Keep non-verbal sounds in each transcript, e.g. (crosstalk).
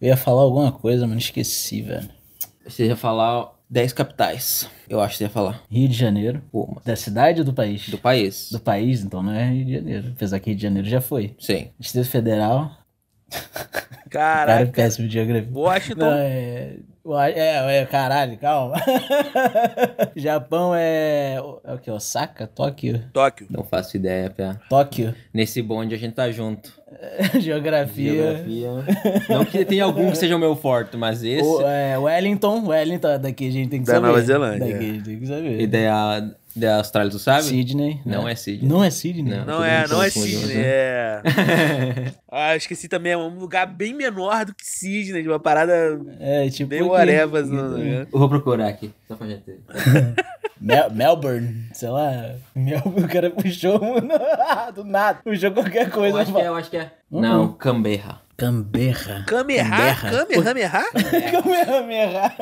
Eu ia falar alguma coisa, mano, esqueci, velho. Você ia falar 10 capitais, eu acho que você ia falar. Rio de Janeiro. Pô, mano. Da cidade ou do país? Do país. Do país, então não é Rio de Janeiro. Apesar que Rio de Janeiro já foi. Sim. Distrito Federal. Cara, Caraca. péssimo de geografia. então. Não, Washington. é... Wa- É, é, caralho, calma. (laughs) Japão é. É o que? Osaka? Tóquio? Tóquio. Não faço ideia, Pia. Tóquio. (laughs) Nesse bonde a gente tá junto. Geografia. Geografia. (laughs) Não que tenha algum que seja o meu forte, mas esse. O- é, Wellington, Wellington, é daqui a gente tem que Da saber. Nova Daqui Zelândia, a gente tem que saber. E da, da Austrália, tu sabe? Sydney. Não né? é Sydney. Não é Sydney? Não. Não Todo é, mundo não é confunde, Sydney, né? é. Ah, eu esqueci também, é um lugar bem menor do que Sydney, uma parada É tipo. bem né? aqui. orevas, mano. Eu vou procurar aqui, só pra gente ter. Mel- Melbourne, sei lá. Melbourne, o cara puxou um- (laughs) do nada. Puxou qualquer Eu coisa. acho que é, eu acho que é. Uhum. Não, Canberra. Canberra. Camerá? Camerá? Camerra.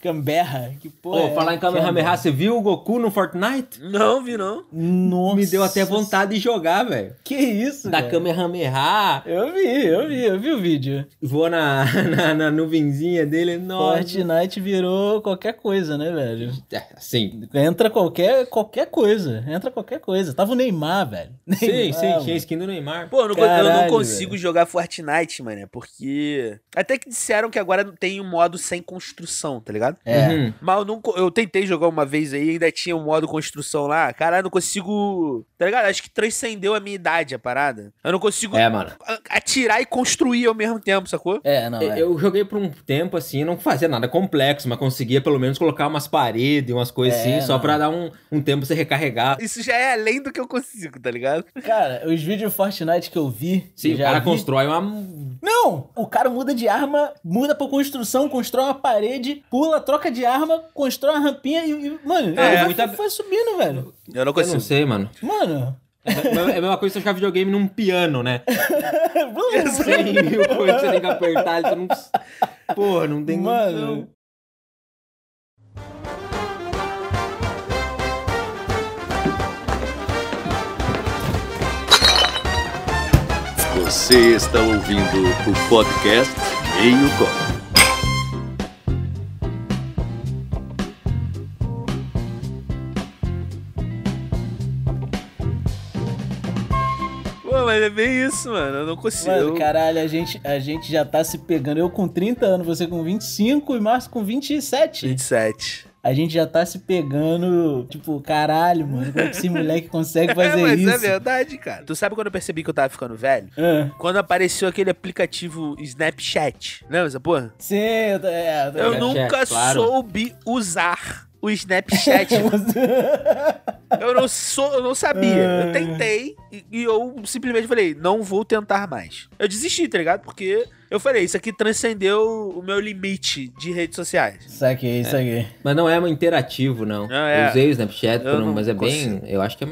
Canberra. Que porra. Ô, é? falar em Kamehameha, você viu o Goku no Fortnite? Não, vi não. Nossa. Me deu até vontade de jogar, velho. Que isso, Da cara? Kamehameha, Eu vi, eu vi, eu vi o vídeo. voa na, (laughs) na, na nuvenzinha dele. Nossa. Fortnite virou qualquer coisa, né, velho? É, Assim, Entra qualquer, qualquer coisa. Entra qualquer coisa. Tava o Neymar, velho. sim, Neymar, sim, mano. tinha skin do Neymar. Pô, eu não, con- eu não Caralho, consigo velho. jogar Fortnite, mano, porque... Até que disseram que agora tem um modo sem construção, tá ligado? É. Uhum. Mas eu, não, co- eu tentei jogar uma vez aí, ainda tinha um modo construção lá. Caralho, eu não consigo... Tá ligado? Acho que transcendeu a minha idade a parada. Eu não consigo É, mano. a- atirar e construir ao mesmo tempo, sacou? É, não, é. Eu joguei por um tempo assim, não fazia nada complexo, mas conseguia pelo menos colocar umas paredes, umas coisas É, assim, só mano. pra dar um, um tempo pra você recarregar. Isso já é além do que eu consigo, tá ligado? Cara, os vídeos de Fortnite que eu vi. é. Sim, eu o já cara vi- constrói uma. Não! O cara muda de arma, muda pra construção, constrói uma parede, pula, troca de arma, constrói uma rampinha e. e, mano, É. é, muita... foi subindo, velho. Eu não Eu não consigo. (laughs) sei, mano. (laughs) Mano. É a mesma coisa que você jogar videogame num (laughs) piano, né? Exato. 100 mil coisas que você tem que apertar, ele tá não. Porra, não tem Mano. Você está ouvindo o podcast Meio Copo. Pô, mas é bem isso, mano. Eu não consigo. Mano, Eu- caralho, a gente, a gente já tá se pegando. Eu com 30 anos, você com 25 e Márcio com 27. 27. A gente já tá se pegando, tipo, caralho, mano, como é que esse moleque consegue fazer (laughs) é, mas isso? é verdade, cara. Tu sabe quando eu percebi que eu tava ficando velho? Ah, Quando apareceu aquele aplicativo Snapchat. Lembra essa porra? sim, eu tô, é, eu tô Eu ligado. Snapchat, nunca claro. soube usar (laughs) o Snapchat. eu, não sou, eu não sabia. Ah. Eu tentei e, e eu simplesmente falei, não vou tentar mais. Eu desisti, tá ligado? Porque eu falei, isso aqui transcendeu o meu limite de redes sociais. (laughs) Saquei, saquei. Mas não é um interativo, não. Não, é. Eu usei o Snapchat, Eu por um- não mas é consigo. bem. Eu acho que é,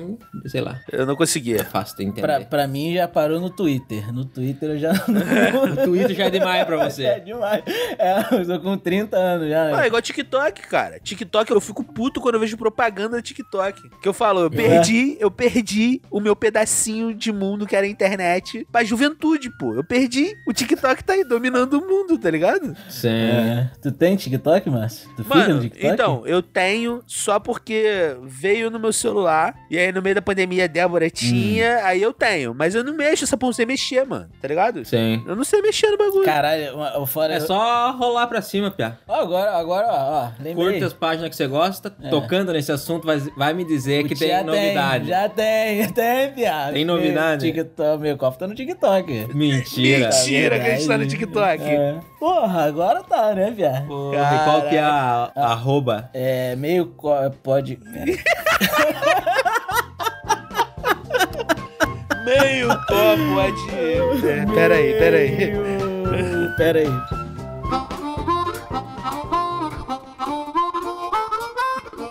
sei lá, Eu não é conseguia. fácil de entender. Pra, pra mim já parou no Twitter. No Twitter eu já (laughs) não. (laughs) O Twitter já é demais pra É você. demais. É, eu tô com 30 anos já. Ah, né? é igual TikTok, cara. TikTok, eu fico puto quando eu vejo propaganda do TikTok. Que eu falo, eu perdi, eu perdi o meu pedacinho de mundo que era a internet pra juventude, pô. Eu perdi. O TikTok tá aí dominando o mundo, tá ligado? Sim. É. Tu tem TikTok, Márcio? Tu fica no Mano, TikTok? então, eu tenho só porque veio no meu celular. E aí, no meio da pandemia, a Débora tinha. Aí eu tenho. Mas eu não mexo essa porra, não sei mexer, mano. Tá ligado? Sim. Eu não sei mexer no bagulho. Caralho, uma- o fora. É só rolar pra cima, Pia. Ó, agora, agora, ó, ó lembrei. Curta as páginas que você gosta, É. tocando nesse assunto, vai, vai me dizer que Já tem novidade. é já tem, (laughs) tem, piada. Tem novidade? TikTok, meu copo tá no TikTok. Mentira. Mentira. que a gente tá no Caralho. TikTok. É. Porra, agora tá, né, viado? Porra, e qual que é a, a arroba? É, meio co- pode. Meio copo, adiante. É, pera aí, pera aí. Meio- Pera (laughs) aí.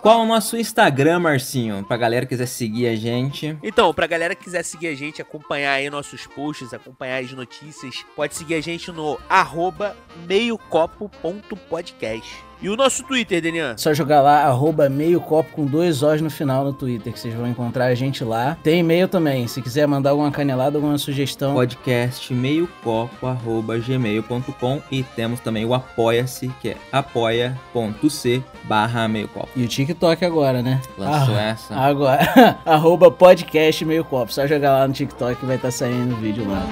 Qual é o nosso Instagram, Marcinho? Pra galera que quiser seguir a gente. Então, pra galera que quiser seguir a gente, acompanhar aí nossos posts, acompanhar as notícias, pode seguir a gente no arroba meiocopo.podcast. E o nosso Twitter, Denian? É Só jogar lá, arroba meio copo com dois Os no final no Twitter, que vocês vão encontrar a gente lá. Tem e-mail também, se quiser mandar alguma canelada, alguma sugestão. Podcast meiocopo.gmail.com e temos também o Apoia-se, que é apoia.c barra meiocopo. E o TikTok agora, né? Lançou Ah, essa. Agora, (laughs) arroba podcast meio copo. Só jogar lá no TikTok que vai estar saindo o vídeo lá.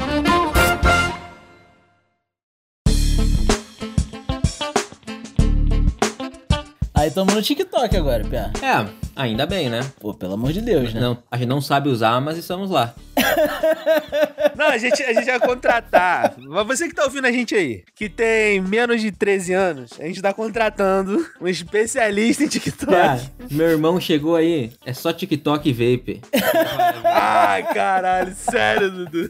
Aí tamo no TikTok agora, Pia. É, ainda bem, né? Pô, pelo amor de Deus, né? Não, a gente não sabe usar, mas estamos lá. (laughs) Não, a gente, a gente vai contratar. Mas você que tá ouvindo a gente aí, que tem menos de 13 anos, a gente tá contratando um especialista em TikTok. Cara, meu irmão chegou aí, é só TikTok e vape. Ai, caralho, sério, Dudu.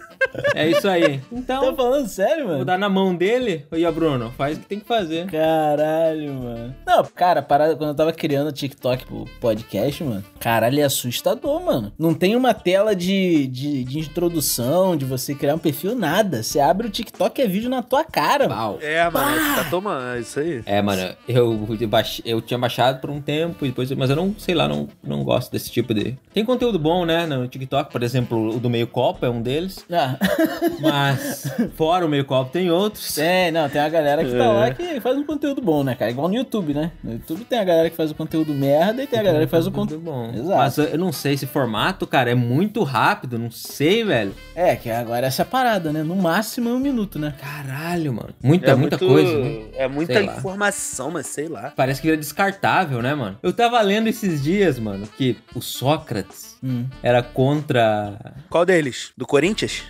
É isso aí. (laughs) Tá Então, falando sério, vou mano? dar na mão dele. E a Bruno, faz o que tem que fazer. Caralho, mano. Não, cara, a parada, quando eu tava criando o TikTok pro podcast, mano, caralho, é assustador, mano. Não tem uma tela de, de, de introdução, de você criar um perfil, nada. Você abre o TikTok e é vídeo na tua cara, mano. Pau. É, mano, tá tomando, é isso aí. É, mano, eu, eu baix- eu tinha baixado por um tempo, e depois, mas eu não, sei lá, não, não gosto desse tipo de. Tem conteúdo bom, né, no TikTok, por exemplo, o do Meio Copo é um deles, Ah, (laughs) mas fora o Meio Copo tem outros. tem, não, tem uma galera que tá É. lá que faz um conteúdo bom, né, cara? Igual no YouTube, né? No YouTube tem a galera que faz o conteúdo merda e tem a galera que faz o conteúdo. Muito bom. Exato. Mas eu eu não sei, esse formato, cara, é muito rápido, não sei, velho. (laughs) É, que agora essa é a parada, né? No máximo é um minuto, né? Caralho, mano. É Muita, muita coisa. né? É muita sei lá. informação, mas sei lá. Parece que vira descartável, né, mano? Eu tava lendo esses dias, mano, que o Sócrates Hum. era contra Qual deles? Do Corinthians?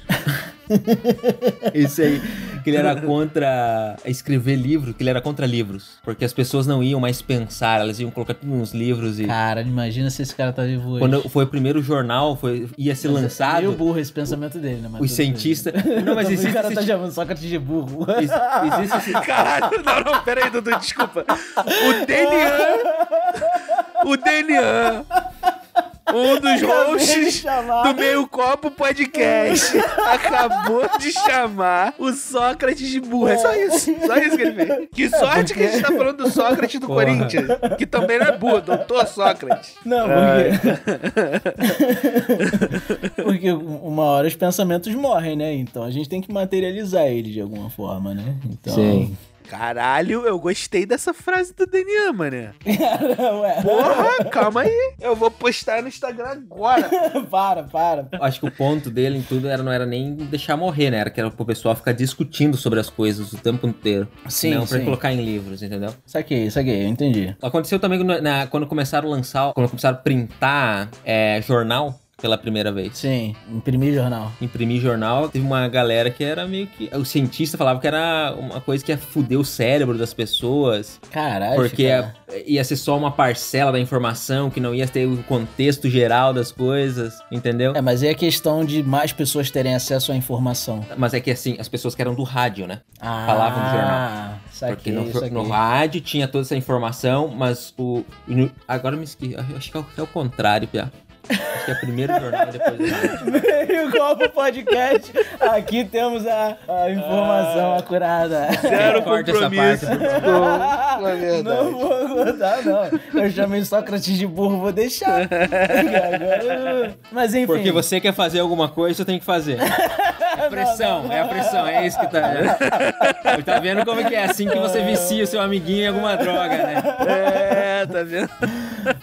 Isso aí. Que (laughs) ele era contra escrever livro, que ele era contra livros. Porque as pessoas não iam mais pensar, elas iam colocar tudo nos livros e. Cara, imagina se esse cara tá vivo hoje. Quando foi o primeiro jornal, foi, ia ser é Meio lançado, burro esse pensamento dele, né? mas os tudo bem. cientistas. Não, mas o existe. cara tá esse- chamando Sócrates de burro. ex- (laughs) existe esse- (laughs) Caralho, não, não, pera aí, Dudu, desculpa. O Denian. O Denian. Um dos hosts do Meio Copo Podcast acabou de chamar o Sócrates de burro. É só isso. Só isso que ele fez. Que sorte que a gente tá falando do Sócrates do Porra. Corinthians, que também não é burro, doutor Sócrates. Não, É. (laughs) porque... porque uma hora os pensamentos morrem, né? Então a gente tem que materializar eles de alguma forma, né? Então... (laughs) Sim. Caralho, eu gostei dessa frase do Denian, mané. Cara, ué, Porra, calma aí. Eu vou postar no Instagram agora. (laughs) para, para. Acho que o ponto dele em tudo era, não era nem deixar morrer, né? Era que era pro pessoal ficar discutindo sobre as coisas o tempo inteiro. Sim, não pra sim. colocar em livros, entendeu? Saquei, saquei, eu entendi. Aconteceu também na- na- quando começaram a lançar, quando começaram a printar é, jornal pela primeira vez. Sim, imprimir jornal. imprimir jornal, teve uma galera que era meio que. O cientista falava que era uma coisa que ia fuder o cérebro das pessoas, Caralho, porque cara. ia ser só uma parcela da informação, que não ia ter o contexto geral das coisas, entendeu? É, mas é a questão de mais pessoas terem acesso à informação. Mas é que assim, as pessoas que eram do rádio, né? Ah, Falavam no Porque Saquei, no, saquei. no (laughs) rádio tinha toda essa informação, mas o. e no- agora eu me esqueci. eu Acho que é o, que é o contrário, Pia. Acho que é primeiro jornal e depois do rádio. Meio Copo Podcast. Aqui temos a, a informação acurada. Zero Corta essa compromisso. parte, com a Não verdade. vou mudar, não. Eu chamei Sócrates de burro, vou deixar. Agora- Mas enfim. Porque você quer fazer alguma coisa, você tem que fazer. (laughs) É a pressão, é a pressão, é isso que tá. (laughs) Tá vendo como é que é? Assim que você vicia o seu amiguinho em alguma droga, né? É, tá vendo?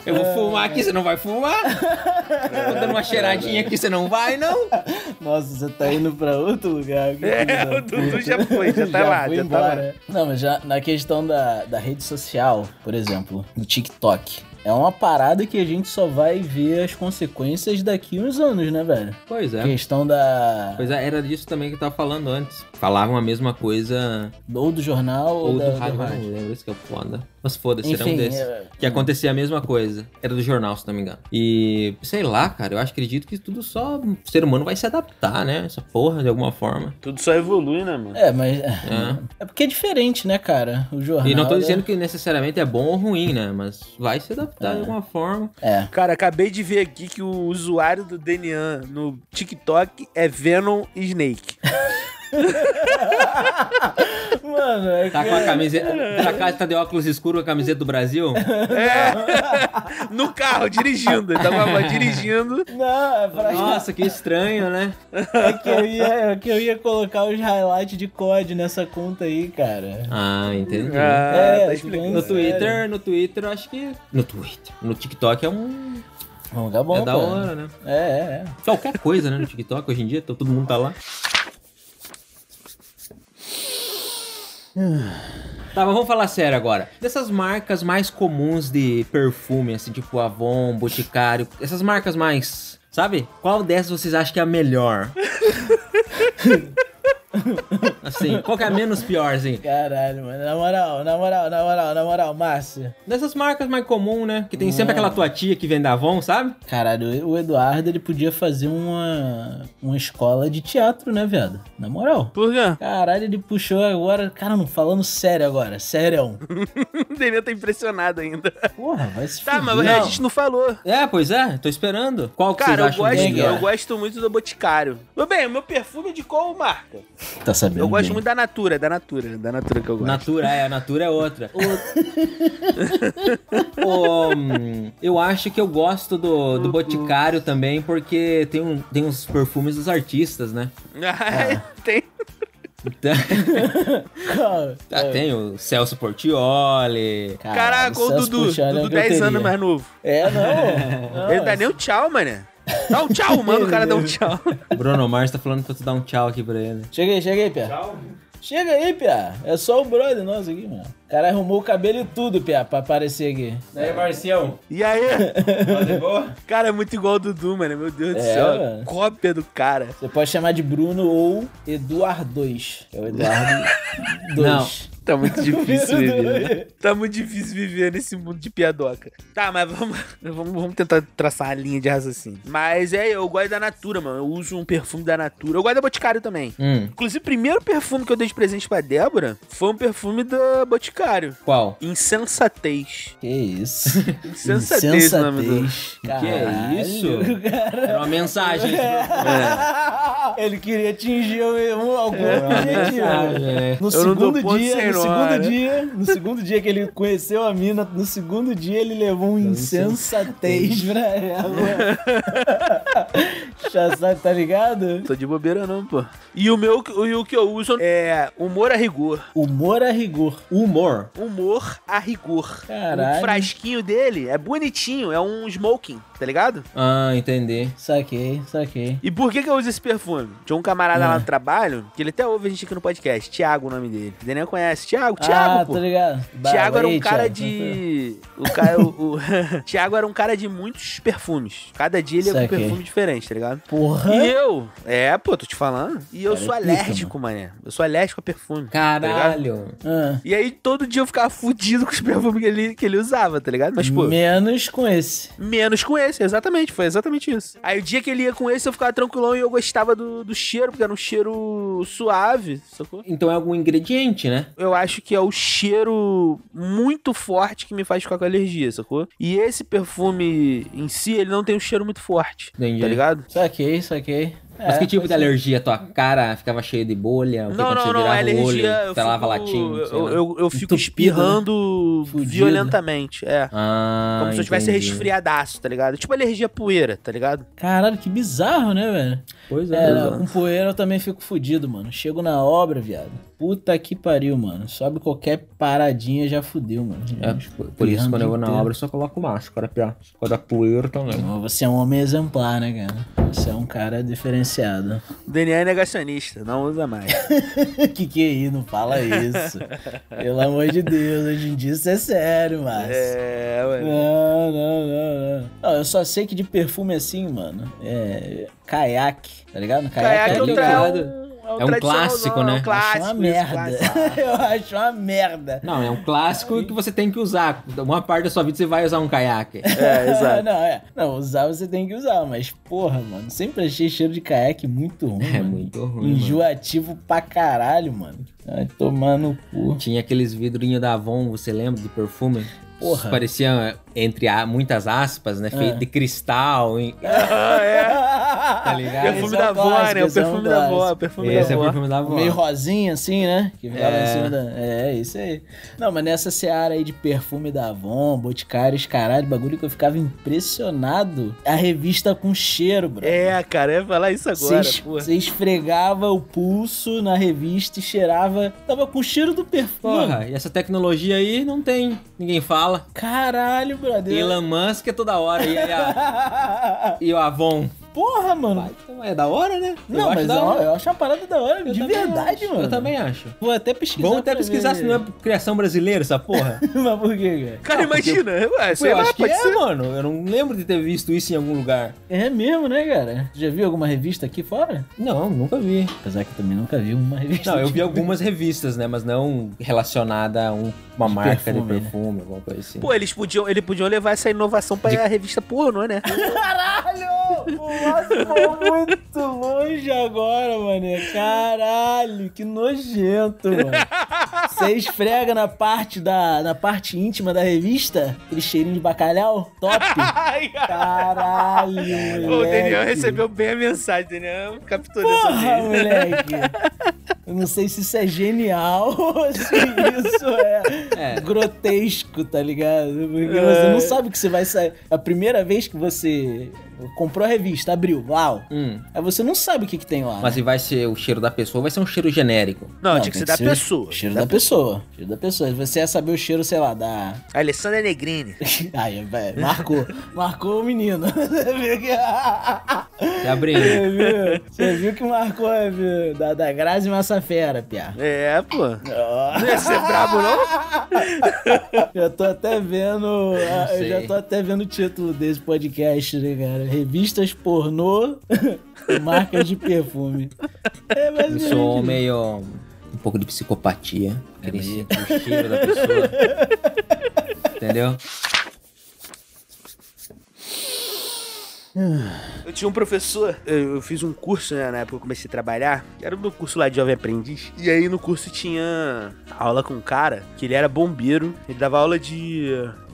Eu vou fumar aqui, você não vai fumar? Eu vou dando uma cheiradinha aqui, você não vai, não? Nossa, você tá indo pra outro lugar. que filho É, da o Dudu puta. já (laughs) foi, já tá lá, foi já tá lá. embora. Não, mas já na questão da, da rede social, por exemplo, do TikTok. É uma parada que a gente só vai ver as consequências daqui uns anos, né, velho? Pois é. Questão da. Pois é, era disso também que eu tava falando antes. Falavam a mesma coisa Ou do jornal ou, ou da, do rádio, mas não lembro, isso que é foda. Mas foda-se, era um Enfim, desses. é- Que acontecia a mesma coisa. Era do jornal, se não me engano. E sei lá, cara, eu acho acredito que tudo só. O ser humano vai se adaptar, né? Essa porra, de alguma forma. Tudo só evolui, né, mano? É, mas. É. É porque é diferente, né, cara? O jornal. E não tô dizendo né? que necessariamente é bom ou ruim, né? Mas vai se adaptar de alguma forma. É. Cara, acabei de ver aqui (laughs) que o usuário do Denian no TikTok é Venom Snake. Mano, é Tá com (laughs) a camiseta. Na casa tá de óculos escuros com a camiseta do Brasil? É. No carro, dirigindo. Ele tava dirigindo. Não, é pra Nossa, que estranho, né? (laughs) É que, eu ia, é que eu ia colocar os highlights de COD nessa conta aí, cara. Ah, entendi. Ah, tá é, explicando. No Twitter, no Twitter, eu acho que. No Twitter. No TikTok é um. Um lugar bom, é da pô. hora, né? É, é, é. Qualquer coisa, né? No TikTok hoje em dia, todo mundo tá lá. (sighs) Tá, mas vamos falar sério agora. Dessas marcas mais comuns de perfume, assim, tipo Avon, Boticário, essas marcas mais. Sabe? Qual dessas vocês acham que é a melhor? (laughs) assim, qual que é a menos pior, assim? Caralho, mano. Na moral, na moral, na moral, na moral, Márcio. Dessas marcas mais comum, né? Que tem Hum. sempre aquela tua tia que vem da Avon, sabe? Caralho, o Eduardo, ele podia fazer uma, uma escola de teatro, né, viado? Na moral. Por quê? Caralho, ele puxou agora. Cara, não, falando sério agora. Sério. (laughs) O Daniel tá impressionado ainda. Porra, vai se Tá, mas fuder. a gente não falou. É, pois é, tô esperando. Qual que Cara, eu vocês acham gosto, bem, é? melhor? eu gosto muito do Boticário. Meu bem, o meu perfume é de qual marca? Tá sabendo. Eu gosto bem. muito da Natura, da Natura, da Natura que eu gosto. Natura, é, a Natura é (laughs) outra. O- Hum, eu acho que eu gosto do, do Boticário também, porque tem, um, tem uns perfumes dos artistas, né? Ah, (laughs) Tem. Então, (laughs) Cara, ah, tem o Celso Portioli. Caraca, o Ah, Celso Dudu, Pucciari é Dudu o que eu 10 anos teria. mais novo. É, (laughs) não. não é Ele dá nem um tchau, mané. Dá um (laughs) tchau, mano, o cara dá um tchau. Bruno Mars tá falando pra tu dar um tchau aqui pra ele. Chega aí, chega aí, Pia. Chega aí, Pia. É só o brother nosso aqui, mano. O cara arrumou o cabelo e tudo, Pia, pra aparecer aqui. Daí, Marcião, E aí? fazer boa? Cara, é muito igual o Dudu, mano, meu Deus do É, céu. mano. Cópia do cara. Você pode chamar de Bruno ou Eduardo 2. É o Eduardo (laughs) 2. Tá (laughs) muito difícil Meu Deus. viver. né? Tá muito difícil viver nesse mundo de piadoca. Tá, mas vamos, vamos, vamos tentar traçar a linha de raciocínio. Mas é, eu gosto da Natura, mano. Eu uso um perfume da Natura. Eu gosto da Boticário também. Hum, Inclusive, o primeiro perfume que eu dei de presente pra Débora foi um perfume da Boticário. qual? Insensatez. Que isso. (laughs) Insensatez, né, o nome do... Que é isso? Era É. uma (laughs) mensagem. (laughs) Ele queria atingir um, algum objetivo. É. No Ah, Eu não dou segundo ponto dia, sem no nó, segundo né? dia, no segundo dia que ele conheceu a mina, no segundo dia ele levou um insensatez pra (laughs) ela. Chassado, tá ligado? Tô de bobeira não, pô. E o meu, e o que eu uso é humor a rigor. Humor a rigor. Humor. Humor a rigor. Caralho. O frasquinho dele é bonitinho, é um smoking, tá ligado? Ah, entendi. Saquei, saquei. E por que, que eu uso esse perfume? Tinha um camarada lá no trabalho, que ele até ouve a gente aqui no podcast, Thiago o nome dele. O Daniel conhece. Thiago, Thiago, ah, pô. tá ligado. Thiago era um Valeu, cara Thiago, tranquilo. (laughs) de. O cara. O, o- Thiago era um cara de muitos perfumes. Cada dia ele é com um Saquei. perfume diferente, tá ligado? Porra. E eu. É, pô, tô te falando. E eu Cara, sou é pica, alérgico, mané. Eu sou alérgico a perfume. tá Caralho. Ah, E aí todo dia eu ficava fudido com os perfumes que ele, que ele usava, tá ligado? Mas, pô, Menos com esse. menos com esse, exatamente, foi exatamente isso. Aí o dia que ele ia com esse eu ficava tranquilão e eu gostava do, do cheiro, porque era um cheiro suave, sacou? Então é algum ingrediente, né? Eu acho que é o cheiro muito forte que me faz ficar com alergia, sacou? E esse perfume em si, ele não tem um cheiro muito forte, Entendi. tá ligado? Saquei, saquei. Mas É, que tipo faz de alergia? Tua cara ficava cheia de bolha? O que Não, quando não, você não, é virava o alergia. Olho, eu pelava fico- latim, sei eu, lá. né? eu- eu fico Entupido, espirrando Fudido. violentamente, é. Ah, Como se eu tivesse entendi. resfriadaço, tá ligado? Tipo alergia à poeira, tá ligado? Caralho, que bizarro, né, velho? Pois é. É, né? não, com poeira eu também fico fudido, mano. Chego na obra, viado. Puta que pariu, mano. Sobe qualquer paradinha já fudeu, mano. É, por- por isso, quando eu vou na obra, eu só coloco máscara pra quando a poeira também. Mas Você é um homem exemplar, né, cara? Você é um cara diferenciado. (laughs) DNA é negacionista, não usa mais. que que é isso? Não fala (laughs) isso. Pelo amor de Deus, hoje em dia isso é sério, Márcio. é, ué. Não, não, não, é, não. Não, eu só sei que de perfume assim, mano, é. Caiaque, tá ligado? Caiaque é tô um, tra- é ligado. um, é um É um tradicionalzão, clássico, né? É um clássico, acho uma isso, merda. (laughs) clássico. eu acho uma merda. Não, é um clássico que você tem que usar. Uma parte da sua vida você vai usar um caiaque. (laughs) É, exato. não, é. Não, usar você tem que usar, mas porra, mano, sempre achei cheiro de caiaque muito ruim. É mano. muito ruim. mano. Enjoativo pra caralho, mano. Ai, tomar no cu. Tinha aqueles vidrinhos da Avon, você lembra, de perfume? Porra. Parecia, entre a- muitas aspas, né? Feito É. (laughs) de cristal. e- Ah, é. tá ligado? Esse perfume é da um avó, né? clássico, O esse é um perfume da avó, o perfume da Esse é o avó. perfume da avó. Meio rosinha assim, né? Que ficava É. em cima da. É, isso aí. Não, mas nessa seara aí de perfume da Avon, Boticários, caralho, bagulho que eu ficava impressionado. A revista com cheiro, bro. É, cara, eu ia falar isso agora, porra. Você esfregava o pulso na revista e cheirava. Tava com cheiro do perfume. Porra, e essa tecnologia aí não tem. Ninguém fala. Caralho, brother. Elon Musk é toda hora. E, aí a- e o Avon. (laughs) Porra, mano. Vai, então é da hora, né? Eu Não, acho mas da eu, hora. eu acho uma parada da hora, Eu de também verdade, acho, mano. Eu também acho. Vou até pesquisar. Vamos até pra pesquisar ver. se não é criação brasileira essa (laughs) porra. (laughs) mas por quê, cara? Cara, imagina. Ué, Pô, sei eu lá, acho que pode é, ser. mano. Eu não lembro de ter visto isso em algum lugar. É mesmo, né, cara? Já viu alguma revista aqui fora? Não, nunca vi. Apesar que eu também nunca vi uma revista. Não, eu vi de- algumas revistas, né? Mas não relacionada a um- uma marca perfume, né? de perfume, alguma coisa assim. Pô, eles podiam, eles podiam levar essa inovação pra De- a revista pornô, né? Caralho! O Lázaro foi muito longe agora, mané. Caralho, que nojento, mano. Você esfrega na parte, da, na parte íntima da revista? Aquele cheirinho de bacalhau? Top! Ai, Caralho, Ô, moleque. o Daniel recebeu bem a mensagem, Daniel capturou essa Porra, dele. (laughs) moleque. Eu não sei se isso é genial (laughs) ou se isso é... É. grotesco, tá ligado? Porque É. você não sabe que você vai sair. A primeira vez que você comprou a revista, abriu, uau. Hum, Aí você não sabe o que, que tem lá. mas né? e vai ser o cheiro da pessoa? Vai ser um cheiro genérico. Não, tinha que tem ser da o pessoa. Cheiro da, pessoa. Cheiro da pessoa. Você ia saber o cheiro, sei lá, da. (laughs) Alessandra Negrini. Aí, velho, marcou. marcou o menino. (laughs) Você viu que. (laughs) Tá (laughs) abrindo. Você viu? Você viu que marcou, viu? Da, da Grazi Massafera, piá. É, pô. Não ia (laughs) ser brabo, não? (laughs) Eu tô até vendo. ah, Eu sei. já tô até vendo o título desse podcast, né, cara? Revistas pornô, (laughs) marcas de perfume. É, mas. Eu sou meio. um pouco de psicopatia. Aquele É o cheiro da pessoa. (laughs) Entendeu? Eu tinha um professor, eu eu fiz um curso, né, na época que eu comecei a trabalhar. Era o meu curso lá de jovem aprendiz. E aí no curso tinha aula com um cara, que ele era bombeiro. Ele dava aula de,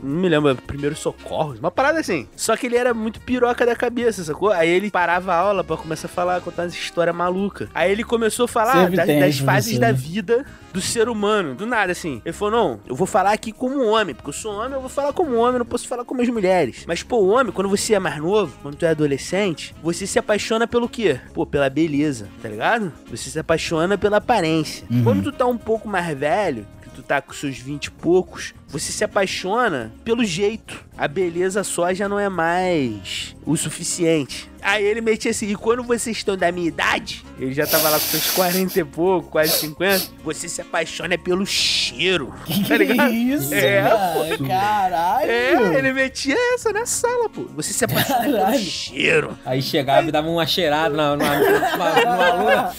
não me lembro, primeiros socorros, uma parada assim. Só que ele era muito piroca da cabeça, sacou? Aí ele parava a aula pra começar a falar, contar umas histórias malucas. Aí ele começou a falar Sempre das, tem das isso, fases né? da vida do ser humano, do nada assim. Ele falou: não, eu vou falar aqui como um homem, porque eu sou homem, eu vou falar como um homem, eu não posso falar como as mulheres. Mas, pô, o homem, quando você é mais novo, quando tu é adolescente, você se apaixona pelo quê? Pô, pela beleza, tá ligado? Você se apaixona pela aparência. Quando tu tá um pouco mais velho, que tu tá com seus 20 e poucos, você se apaixona pelo jeito. A beleza só já não é mais o suficiente. Aí ele metia assim, e quando vocês estão da minha idade, ele já tava lá com seus 40 e pouco, quase 50, você se apaixona pelo cheiro. (laughs) Tá ligado? Que isso, É, cara? Caralho! É, ele metia essa na sala, pô. Você se apaixona Caralho. pelo cheiro. Aí chegava e dava uma cheirada na, na, na, na aluna,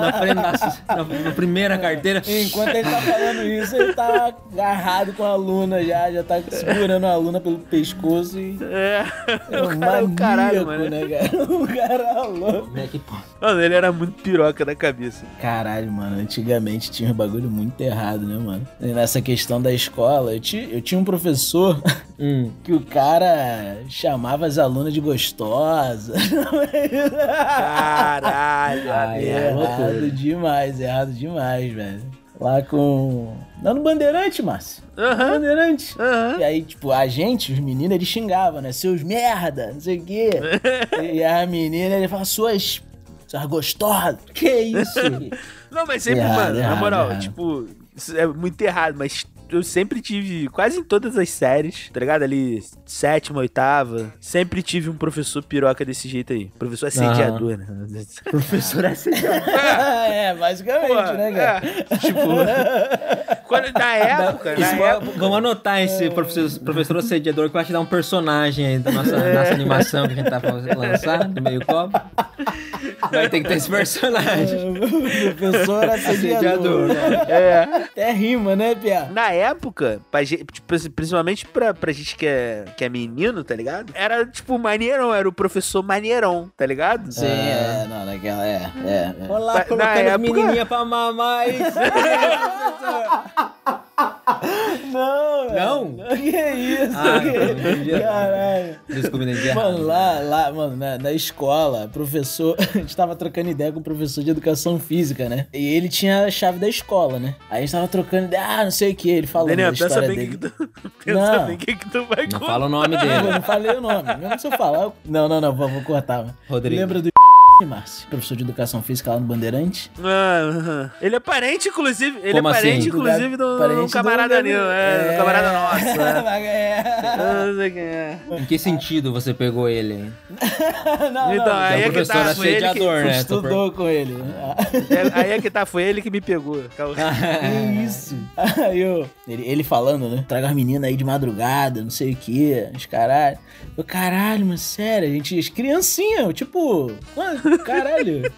na frente da, na, na primeira carteira. Enquanto ele tá falando isso, ele tá agarrado com a aluna já, já tá segurando a aluna pelo pescoço e. É, É um (laughs) o cara é o caralho, maníaco, né, mano. cara? (laughs) O cara é louco. Como é que pô? Mano, ele era muito piroca (laughs) da cabeça. Caralho, mano, antigamente tinha um bagulho muito errado, né, mano? E nessa questão da escola, eu, ti- eu tinha um professor (laughs) Hum. que o cara chamava as alunas de gostosa. Caralho, a (laughs) Ai, merda. é errado loucura. demais, errado demais, velho. Lá com. Lá no Bandeirante, Márcio. Aham, Bandeirante. aham. E aí, tipo, a gente, os meninos, eles xingavam, né? Seus merda, não sei o quê. e a menina, ele falava, suas. Suas gostosas. Que isso? Não, mas sempre, Errado, mano, na errado, moral, errado. tipo, isso é muito errado, mas eu sempre tive, quase em todas as séries, tá ligado? Ali, sétima, oitava, sempre tive um professor piroca desse jeito aí. Professor assediador, (laughs) né? (laughs) Professor assediador. é, basicamente, Pô, né, cara? é, tipo, (laughs) quando, na época, na Isso, época, vamos- vamos anotar esse professor, professor assediador que vai te dar um personagem aí da nossa, nossa animação que a gente tá pra lançar, do meio copo. Vai ter que ter esse personagem. (laughs) Professor (laughs) assediador. Assediador. né? é, Até rima, né, Pia? Na época, pra gente, tipo, principalmente pra, pra gente que é, que é menino, tá ligado? Era, tipo, maneirão, era o professor maneirão, tá ligado? Sim, é, não, naquela, é, é. é. Olá, Na- na colocando as época- menininhas pra mamar. e- Não, Não? velho. Que isso? Ah, que... não. Caralho. Desculpa, entendi Mano, errado. lá, lá, mano, na, na escola, professor. (laughs) A gente tava trocando ideia com o professor de educação física, né? E ele tinha a chave da escola, né? Aí a gente tava trocando ideia, ah, não sei o que, ele falou. Daniel, da pensa história bem o dele. que que tu- Não. (laughs) pensa bem o que que tu vai Não contar. fala o nome Eu dele. (laughs) não falei o nome. Mesmo se eu falar. eu- Não, não, não, vou, vou cortar. mano. Rodrigo. Lembra do Márcio, professor de educação física lá no Bandeirante? Ah, (laughs) ele é parente, inclusive. Ele Como é parente, assim? inclusive, do, Parente do camarada meu. É, do camarada nosso. (laughs) é. (laughs) é. Ah, não sei quem é. Em que sentido você pegou ele? hein? Não, não, Então, não. é Aí é que o professor tá, foi ele que- assediador, né? estudou com ele. É, Aí é que tá, foi ele que me pegou. Calma. Que isso? É. (laughs) Aí eu, ele, ele falando, né? Traga as meninas aí de madrugada, não sei o que, os caralho. Eu, caralho, mas sério, a gente, as criancinhas, eu, tipo, mano, (laughs) caralho,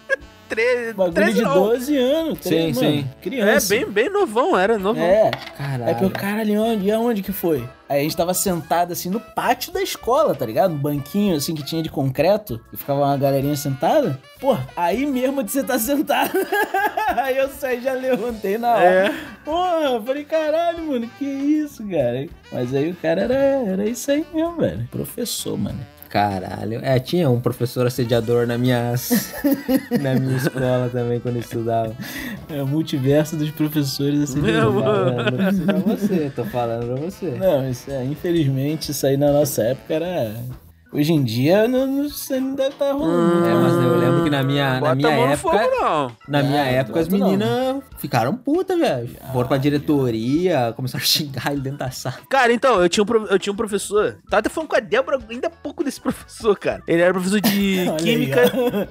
Tre- bagulho 13 de não. 12 anos, Sim, tre- mano, sim. É, criança. bem, bem novão, era novão. É, (laughs) Caralho. aí que eu, caralho, onde, e aonde que foi? Aí a gente tava sentado assim no pátio da escola, tá ligado? Um banquinho assim que tinha de concreto, e ficava uma galerinha sentada. Porra, aí mesmo de você tá sentado. (laughs) aí eu saí já levantei na hora. É. Porra, eu falei, caralho, mano, que isso, cara? Mas aí o cara era, era isso aí mesmo, velho. Professor, mano. Caralho. É, tinha um professor assediador na minha, (laughs) na minha escola também, quando eu (laughs) estudava. É o multiverso dos professores assim. Meu, mesmo, cara. mano. Falando pra você, tô falando pra você. Não, isso é, infelizmente, isso aí na nossa época era. Hoje em dia, não, não, isso aí não deve estar Ah. rolando. É, mas eu lembro que na minha, Bota na a minha mão no época. fogo, não. Na minha Não, época, as não, não. meninas ficaram putas, velho. Foram pra diretoria, começaram a xingar ele dentro da sala. Cara, então, eu tinha um, pro- eu tinha um professor. Tava até falando com a Débora ainda há pouco desse (laughs) professor, cara. Ele era professor de (laughs) Olha aí, química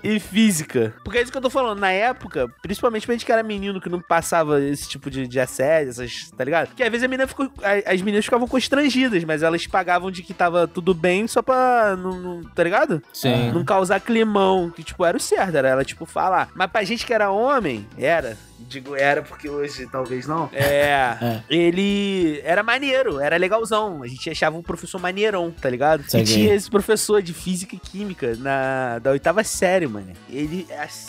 e física. Porque é isso que eu tô falando. Na época, principalmente pra gente que era menino, que não passava esse tipo de, de assédio, essas, tá ligado? Porque às vezes a menina ficou, a- as meninas ficavam constrangidas, mas elas pagavam de que tava tudo bem só pra. Não, não- tá ligado? Sim. Não causar climão, que tipo, era o certo, era ela, tipo, falar. Mas pra gente que era homem, era. Digo era porque hoje talvez não. É. Ele era maneiro, era legalzão. A gente achava um professor maneirão, tá ligado? Saquei. E tinha esse professor de física e química na, da oitava série, mano. Ele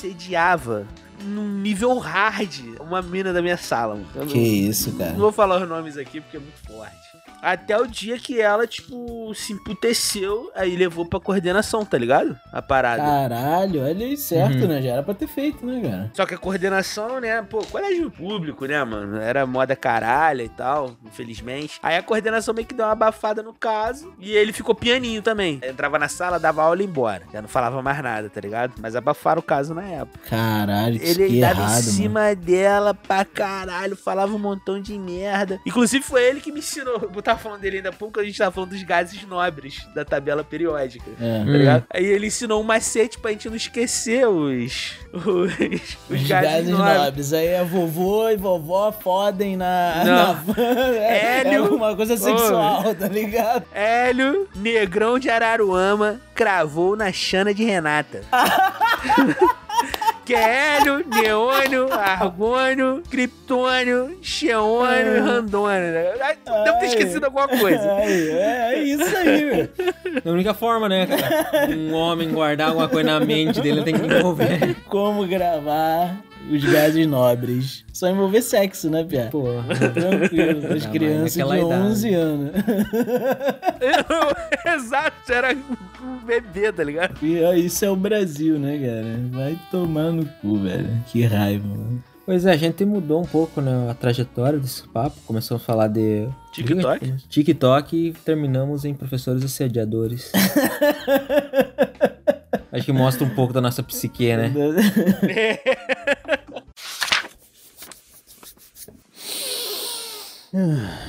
assediava num nível hard uma mina da minha sala, mano. Eu Que isso, cara. não vou falar os nomes aqui porque é muito forte. Até o dia que ela, tipo, se emputeceu, aí levou pra coordenação, tá ligado? A parada. Caralho, olha aí, certo, Uhum. né? Já era pra ter feito, né, cara? Só que a coordenação, né? Pô, colégio público, né, mano? Era moda caralha e tal, infelizmente. Aí a coordenação meio que deu uma abafada no caso. E ele ficou pianinho também. Entrava na sala, dava aula e ia embora. Já não falava mais nada, tá ligado? Mas abafaram o caso na época. Caralho, que é Ele dava errado, em cima dela pra caralho, falava um montão de merda. Inclusive foi ele que me ensinou. Eu tava falando dele ainda há pouco, a gente tava falando dos gases nobres da tabela periódica. mano. É. Tá ligado? Aí ele ensinou um macete pra gente não esquecer os. Os, os Os gases, nobres. Aí é vovô e vovó fodem na. Não. na- é, é Hélio. alguma coisa sexual, tá ligado? Hélio, negrão de Araruama, cravou na chana de Renata. (laughs) que é Hélio, Neônio, Argônio, Criptônio, Xeônio e Randônio. né? Ai, Devo Ai. ter esquecido alguma coisa. É, é, é isso aí, velho. Da única forma, né, cara? Um homem guardar alguma coisa na mente dele tem que envolver. Como gravar os gases nobres. Só envolver sexo, né, Pia? (laughs) Porra. Tranquilo, Não, as mas crianças de naquela idade. 11 anos. (laughs) Exato, era um bebê, tá ligado? E ó, isso é o Brasil, né, cara? Vai tomar no cu, velho. Que raiva, mano. Pois é, a gente mudou um pouco né, a trajetória desse papo. Começamos a falar de. TikTok? TikTok e terminamos em professores (laughs) assediadores. Acho que mostra um pouco da nossa psique, né? É. (laughs)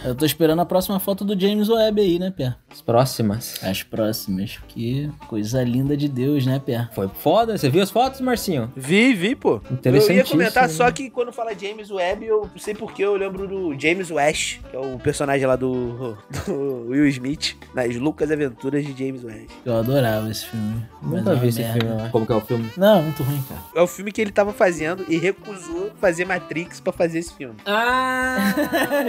Eu tô esperando a próxima foto do James Webb aí, né, Pia? As próximas. As próximas. Que coisa linda de Deus, né, Pia? Foi foda. Você viu as fotos, Marcinho? Vi, vi, pô. Eu Interessantíssimo. ia comentar só que quando fala James Webb, eu não sei porque eu lembro do James West, que é o personagem lá do, do Will Smith, nas Lucas Aventuras de James West. Eu adorava esse filme. Mas é Nunca uma vi esse merda. filme, eu acho. Como que é o filme? Não, muito ruim, cara. É o filme que ele tava fazendo e recusou fazer Matrix pra fazer esse filme. Ah! (laughs)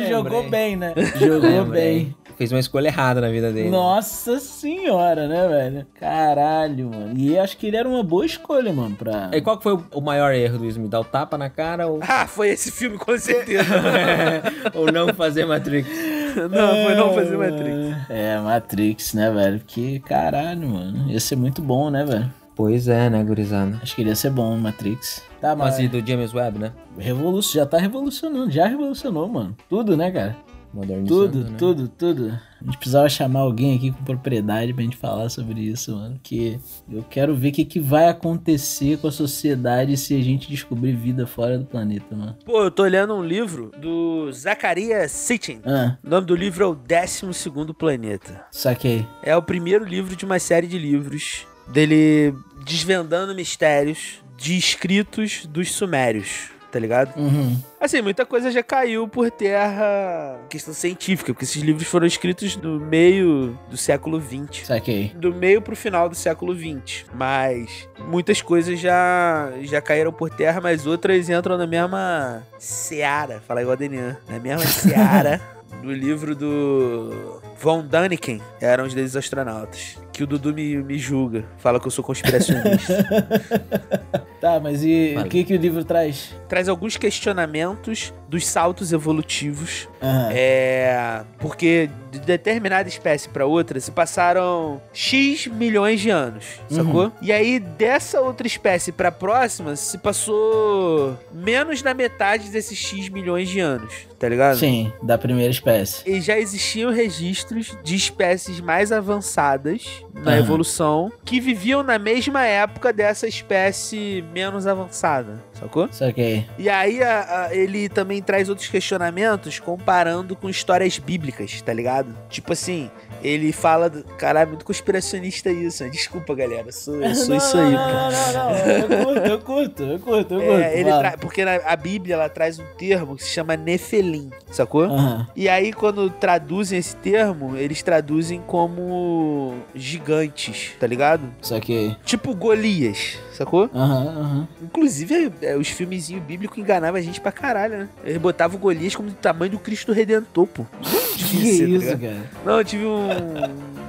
(laughs) Jogou bem, né? (laughs) Jogou bem. Fez uma escolha errada na vida dele. Nossa senhora, né, velho? Caralho, mano. E eu acho que ele era uma boa escolha, mano, pra. E qual que foi o- o maior erro do Smith? Dar o tapa na cara ou, (laughs) Ah, foi esse filme com certeza. ou não fazer Matrix? não, foi não fazer Matrix. É, Matrix, né, velho? Porque, caralho, mano. Ia ser muito bom, né, velho? Pois é, né, gurizada? Acho que iria ser bom, Matrix. Tá, mas. Mas e do James Webb, né? Revolução, já tá revolucionando, já revolucionou, mano. Tudo, né, cara? Modernizando, Tudo, né? tudo, tudo. A gente precisava chamar alguém aqui com propriedade pra gente falar sobre isso, mano. Que eu quero ver o que, que vai acontecer com a sociedade se a gente descobrir vida fora do planeta, mano. Pô, eu tô olhando um livro do Zacarias Sitchin. Ah, O nome do livro é O 12 Planeta. saquei. É o primeiro livro de uma série de livros dele desvendando mistérios de escritos dos sumérios, tá ligado? Uhum. Assim, muita coisa já caiu por terra questão científica, porque esses livros foram escritos no meio do século XX Saquei. do meio pro final do século XX. Mas muitas coisas já, já caíram por terra, mas outras entram na mesma seara. Fala igual a Denian. Na mesma seara do livro do Von Daniken. Eram os deuses astronautas. Que o Dudu me, me julga. Fala que eu sou conspiracionista. Tá, mas e Valeu. o que, que o livro traz? Traz alguns questionamentos dos saltos evolutivos Aham. É. Porque de determinada espécie pra outra se passaram X milhões de anos, Uhum. sacou? E aí dessa outra espécie pra próxima se passou menos da metade desses X milhões de anos, tá É, ligado? Sim, da primeira espécie. E já existiam registros de espécies mais avançadas na Aham. evolução que viviam na mesma época dessa espécie menos avançada, sacou? Saquei. E aí a- a- ele também traz outros questionamentos comparando com histórias bíblicas, tá ligado? Tipo assim, ele fala. Do... Caralho, é muito conspiracionista isso. né? Desculpa, galera. Eu sou, eu sou É isso aí, (laughs) não, cara. não, não, não, não. Eu curto, eu curto, eu curto, eu curto. É, ele Fala. tra- Porque na- a Bíblia ela traz um termo que se chama Nefelim, sacou? Aham. E aí, quando traduzem esse termo, eles traduzem como gigantes, tá ligado? Saquei. Tipo Golias, sacou? Aham, aham. Inclusive, é, os filmezinhos bíblicos enganavam a gente pra caralho, né? Eles botavam o Golias como do tamanho do Cristo Redentor, pô. (laughs) Que Difícil, tá isso, ligado? cara? Não, eu tive um-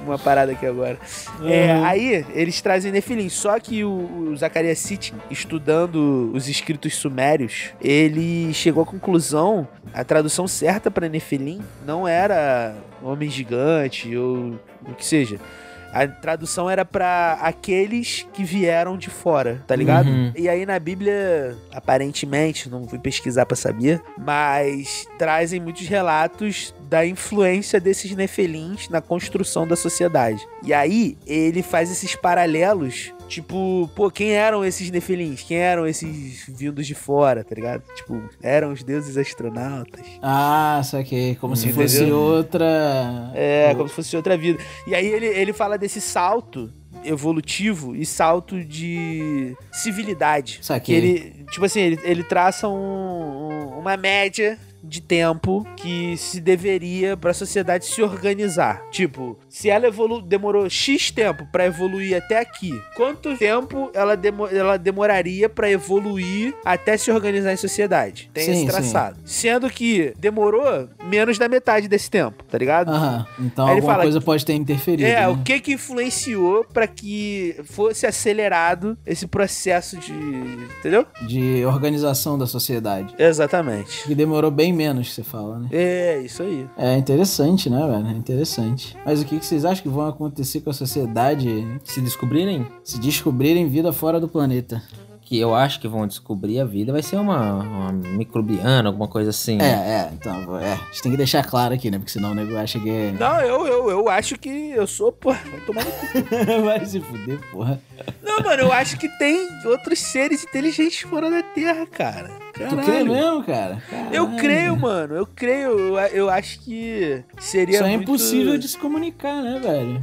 uma parada aqui agora. É, Aham. aí, eles trazem Nefilim. Só que o, o Zacarias Sitchin, estudando os escritos sumérios, ele chegou à conclusão, a tradução certa pra Nefilim não era homem gigante ou o que seja. A tradução era pra aqueles que vieram de fora, tá ligado? Uhum. E aí na Bíblia, aparentemente, não fui pesquisar pra saber, mas trazem muitos relatos da influência desses nefelins na construção da sociedade. E aí ele faz esses paralelos, tipo, pô, quem eram esses nefelins? Quem eram esses vindos de fora, tá ligado? Tipo, eram os deuses astronautas. Ah, saquei. Como se Entendeu? fosse outra. É, como se fosse outra vida. E aí ele, ele fala desse salto evolutivo e salto de civilidade. Que Saquei. ele, tipo assim, ele, ele traça um- um- uma média de tempo que se deveria pra sociedade se organizar. Tipo, se ela evolu demorou X tempo pra evoluir até aqui, quanto tempo ela, demo- ela demoraria pra evoluir até se organizar em sociedade? Tem Sim, esse sim. traçado. Sendo que demorou menos da metade desse tempo, tá ligado? Aham. Então Aí ele alguma fala coisa pode ter interferido. É, né? o que que influenciou pra que fosse acelerado esse processo de, entendeu? De organização da sociedade. Exatamente. Que demorou bem menos, você fala, né? É, isso aí. É interessante, né, velho? É interessante. Mas o que que vocês acham que vão acontecer com a sociedade Se descobrirem se descobrirem vida fora do planeta? que eu acho que vão descobrir a vida, vai ser uma, uma microbiana, alguma coisa assim. né? É, é, então, é. A gente tem que deixar claro aqui, né? Porque senão o nego acha que é. (laughs) Não, eu, eu, eu acho que eu sou, pô, vai tomar no cu. Vai se fuder, porra. Não, mano, eu acho que tem outros seres inteligentes fora da Terra, cara. Tu crê Caralho. mesmo, cara? Eu Caralho. creio, mano, eu creio. Eu, eu acho que seria Isso é muito- impossível de se comunicar, né, velho?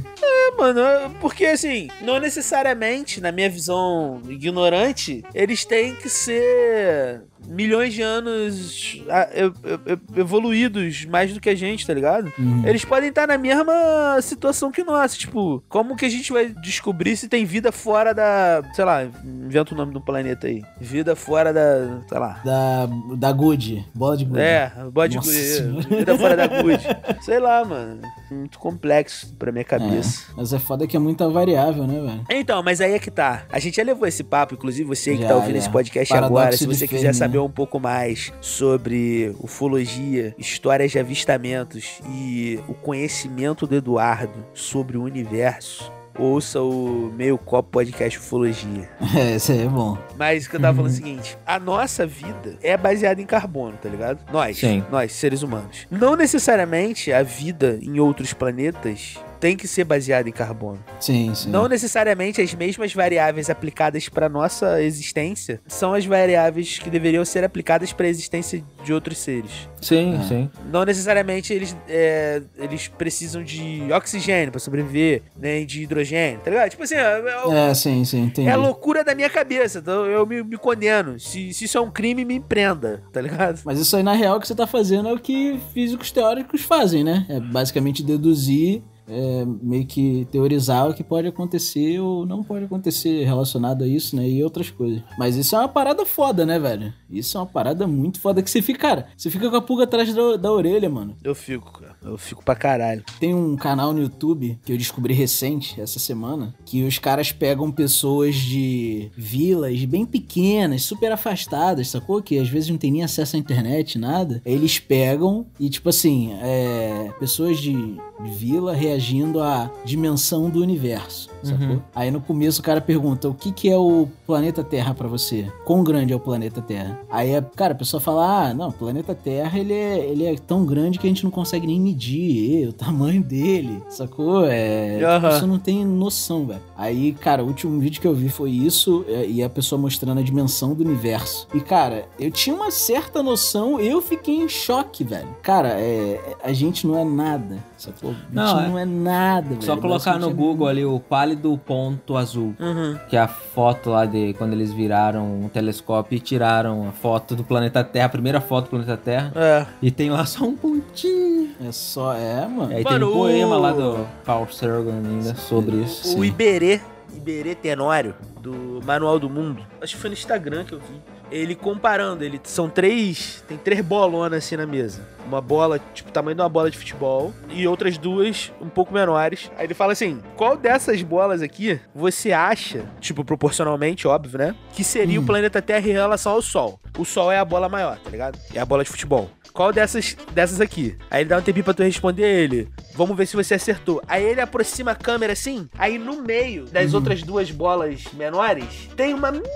Mano, eu- porque assim, não necessariamente, na minha visão ignorante, eles têm que ser milhões de anos ah, eu- eu- eu- evoluídos mais do que a gente, tá ligado? Uhum. Eles podem estar na mesma situação que nós. Tipo, como que a gente vai descobrir se tem vida fora da. Sei lá, inventa o nome do planeta aí. Vida fora da. Sei lá. Da, da Good, bola de Good. É, bode Nossa senhora. vida fora da Good. (laughs) Sei lá, mano. Muito complexo pra minha cabeça. É, Mas é foda que é muita variável, né, velho? (laughs) Então, mas aí é que tá. A gente já levou esse papo, inclusive você que Já, tá ouvindo já. esse podcast Paradoxo agora, de se Fermi, você quiser saber saber um pouco mais sobre ufologia, histórias de avistamentos e o conhecimento do Eduardo sobre o universo, ouça o Meio Copo Podcast Ufologia. É, isso aí é bom. Mas o que eu tava falando é Uhum. o seguinte: a nossa vida é baseada em carbono, tá ligado? Nós, Sim. nós, seres humanos. Não necessariamente a vida em outros planetas tem que ser baseada em carbono. Sim, sim. Não necessariamente as mesmas variáveis aplicadas para nossa existência são as variáveis que deveriam ser aplicadas para a existência de outros seres. Sim, É. sim. Não necessariamente eles, é, eles precisam de oxigênio para sobreviver, nem de hidrogênio, tá ligado? Tipo assim, é, é, É, sim, sim, entendi. é a loucura da minha cabeça, então eu me, me condeno. Se, se isso é um crime, me prenda, tá ligado? Mas isso aí, na real, que você tá fazendo é o que físicos teóricos fazem, né? É basicamente deduzir, é, meio que teorizar o que pode acontecer ou não pode acontecer relacionado a isso, né? E outras coisas. Mas isso é uma parada foda, né, velho? Isso é uma parada muito foda que você fica, cara, você fica com a pulga atrás da, da orelha, mano. Eu fico, cara. Eu fico pra caralho. Tem um canal no YouTube que eu descobri recente, essa semana, que os caras pegam pessoas de vilas bem pequenas, super afastadas, sacou? Que às vezes não tem nem acesso à internet, nada. Eles pegam e, tipo assim, é, pessoas de vila reagindo à dimensão do universo, sacou? Uhum. né? Aí no começo o cara pergunta: o que, que é o planeta Terra pra você? Quão grande é o planeta Terra? Aí, a- cara, a pessoa fala: ah, não, o planeta Terra ele é, ele é tão grande que a gente não consegue nem medir eh, o (laughs) tamanho dele, sacou? É. tipo, Aham. Você não tem noção, velho. Aí, cara, o último vídeo que eu vi foi isso é, e a pessoa mostrando a dimensão do universo. E, cara, eu tinha uma certa noção, eu fiquei em choque, velho. Cara, é, é, a gente não é nada, sacou? A gente Não, não, é. é. nada, velho. Só colocar no Basicamente é Google ali o pálido ponto azul. Uhum. Que é a foto lá de quando eles viraram um telescópio e tiraram a foto do planeta Terra, a primeira foto do planeta Terra. É. E tem lá só um pontinho. É só, é, mano. Aí tem Mano, um poema o- lá do Carl Sagan ainda sobre isso. O Sim. Iberê, Iberê Tenório, do Manual do Mundo. Acho que foi no Instagram que eu vi. Ele comparando, ele são três, tem três bolonas assim na mesa. Uma bola, tipo, tamanho de uma bola de futebol e outras duas um pouco menores. Aí ele fala assim: "Qual dessas bolas aqui você acha, tipo, proporcionalmente, óbvio, né, que seria o Hum. planeta Terra em relação ao Sol? O Sol é a bola maior, tá ligado? É a bola de futebol. Qual dessas, dessas aqui? Aí ele dá um tempinho pra tu responder ele. Vamos ver se você acertou. Aí ele aproxima a câmera assim. Aí no meio das outras duas bolas menores, tem uma micro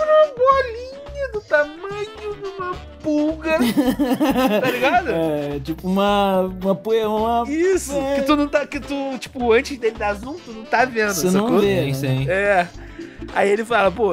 bolinha do tamanho de uma (laughs) pulga. tá ligado? É, tipo uma. Uma. poe- uma Isso! Que tu não tá. Que tu, tipo, antes dele dar zoom, tu não tá vendo, Você não sacou? vê. Sim, sim. É. Aí ele fala, pô,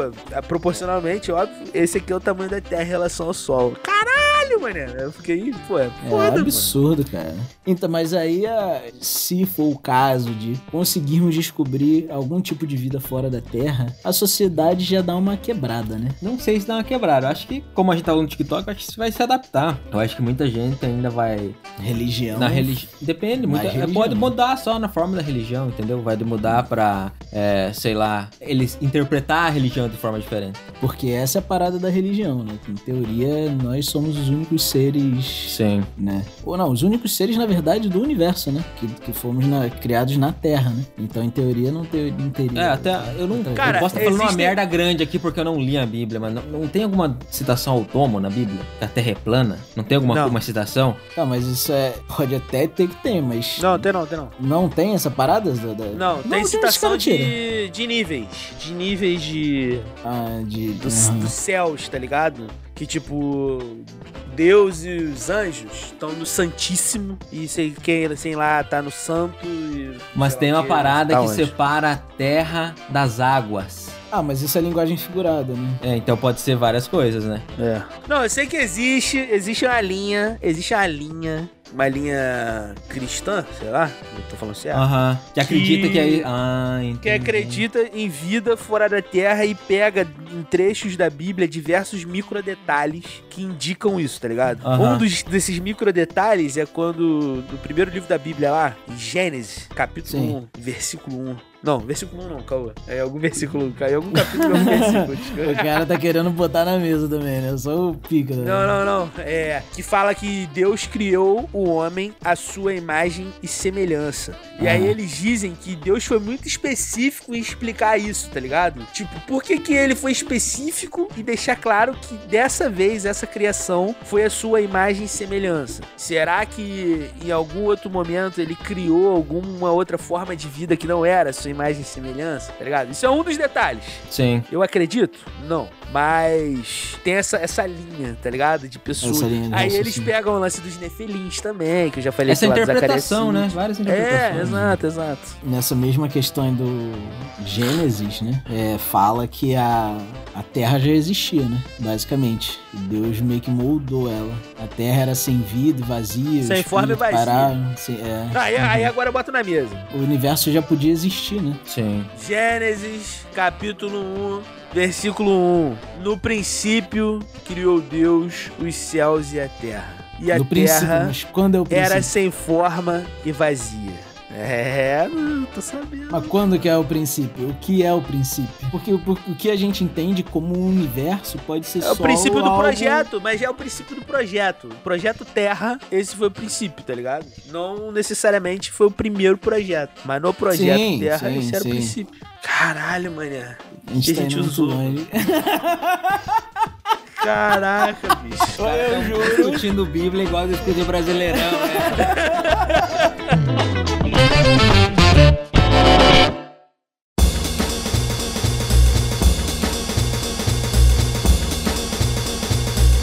proporcionalmente, óbvio, esse aqui é o tamanho da Terra em relação ao Sol. Caralho, mané. Eu fiquei, pô, é é foda, mano. absurdo, cara. Então, mas aí, ah, se for o caso de conseguirmos descobrir algum tipo de vida fora da Terra, a sociedade já dá uma quebrada, né? Não sei se dá uma quebrada. Eu acho que, como a gente tá no TikTok, eu acho que isso vai se adaptar. Eu acho que muita gente ainda vai. Religião. na religião. Depende, na muita... religião. pode mudar só na forma da religião, entendeu? Vai mudar pra, é, sei lá, eles interpretar a religião de forma diferente. Porque essa é a parada da religião, né? Que, Em teoria, nós somos os únicos seres. Sim. Né? Ou não, os únicos seres, na verdade, do universo, né? Que, que fomos na- criados na Terra, né? Então, em teoria, não, te, não teria. É, até eu não. Cara, eu posso estar falando uma existem- merda grande aqui porque eu não li a Bíblia, mas não, não tem alguma citação autônoma na Bíblia? Que a Terra é plana? Não tem alguma Não. uma citação? Tá, mas isso é. Pode até ter que ter, mas. Não, tem não, tem não. Não tem essa parada? Da, da- Não, tem onde os citação caras tiram? de, de níveis. De níveis de. Ah, de. do- Dos aham. céus, tá ligado? Que tipo. Deus e os anjos estão no Santíssimo. E sei quem, sei lá, tá no Santo. E, Mas sei tem lá uma que- parada tá que onde? separa a terra das águas. Ah, mas isso é linguagem figurada, né? É, então pode ser várias coisas, né? Não, eu sei que existe. Existe uma linha. Existe uma linha. Uma linha cristã, sei lá. Não tô falando certo. Aham. Que acredita Tá. Que- que aí. Ah, entendi. que acredita em vida fora da Terra e pega em trechos da Bíblia diversos microdetalhes que indicam isso, tá ligado? Aham. Um dos, desses microdetalhes é quando, no primeiro livro da Bíblia lá, em Gênesis, capítulo Sim. 1, versículo 1, Não, versículo 1 não, calma. É algum versículo, caiu algum capítulo, algum (laughs) versículo. O cara tá querendo botar na mesa também, né? Só o pica. né? Não, não, não. É. Que fala que Deus criou o homem à sua imagem e semelhança. E aí Aham. eles dizem que Deus foi muito específico em explicar isso, tá ligado? Tipo, por que, que ele foi específico e deixar claro que dessa vez essa criação foi a sua imagem e semelhança? Será que em algum outro momento ele criou alguma outra forma de vida que não era a sua imagem e semelhança? Tá ligado? Isso é um dos detalhes. Sim. Eu acredito? Não. Mas tem essa, essa linha, tá ligado? De pessoas. Essa linha de Aí raciocínio. eles pegam o lance dos nefelins também, que eu já falei Essa aqui lá do Zacarias interpretação, né? Smith. Várias interpretações. É, exato, exato. Nessa mesma questão aí do Gênesis, né? É, fala que a, a Terra já existia, né? Basicamente. E Deus meio que moldou ela. A Terra era sem vida, e vazia. Sem os forma e espíritos vazia. pararam, sem- é. Aí, aí agora bota na mesa. O universo já podia existir, né? Sim. Gênesis, capítulo 1, versículo 1. No princípio criou Deus os céus e a terra. E a no princípio, terra mas quando é o princípio? era sem forma e vazia. É, não tô sabendo. Mas quando que é o princípio? O que é o princípio? Porque, o- o que a gente entende como um universo pode ser É só o princípio do algo- projeto, mas é o princípio do projeto. O projeto Terra, esse foi o princípio, tá ligado? Não necessariamente foi o primeiro projeto, mas no projeto Sim, Terra, sim, esse era sim. o princípio. Caralho, mané. A gente, que a tá gente indo muito usou. (laughs) longe. Caraca, (laughs) bicho. Eu juro. Discutindo Bíblia igual eu discuti Brasileirão, né?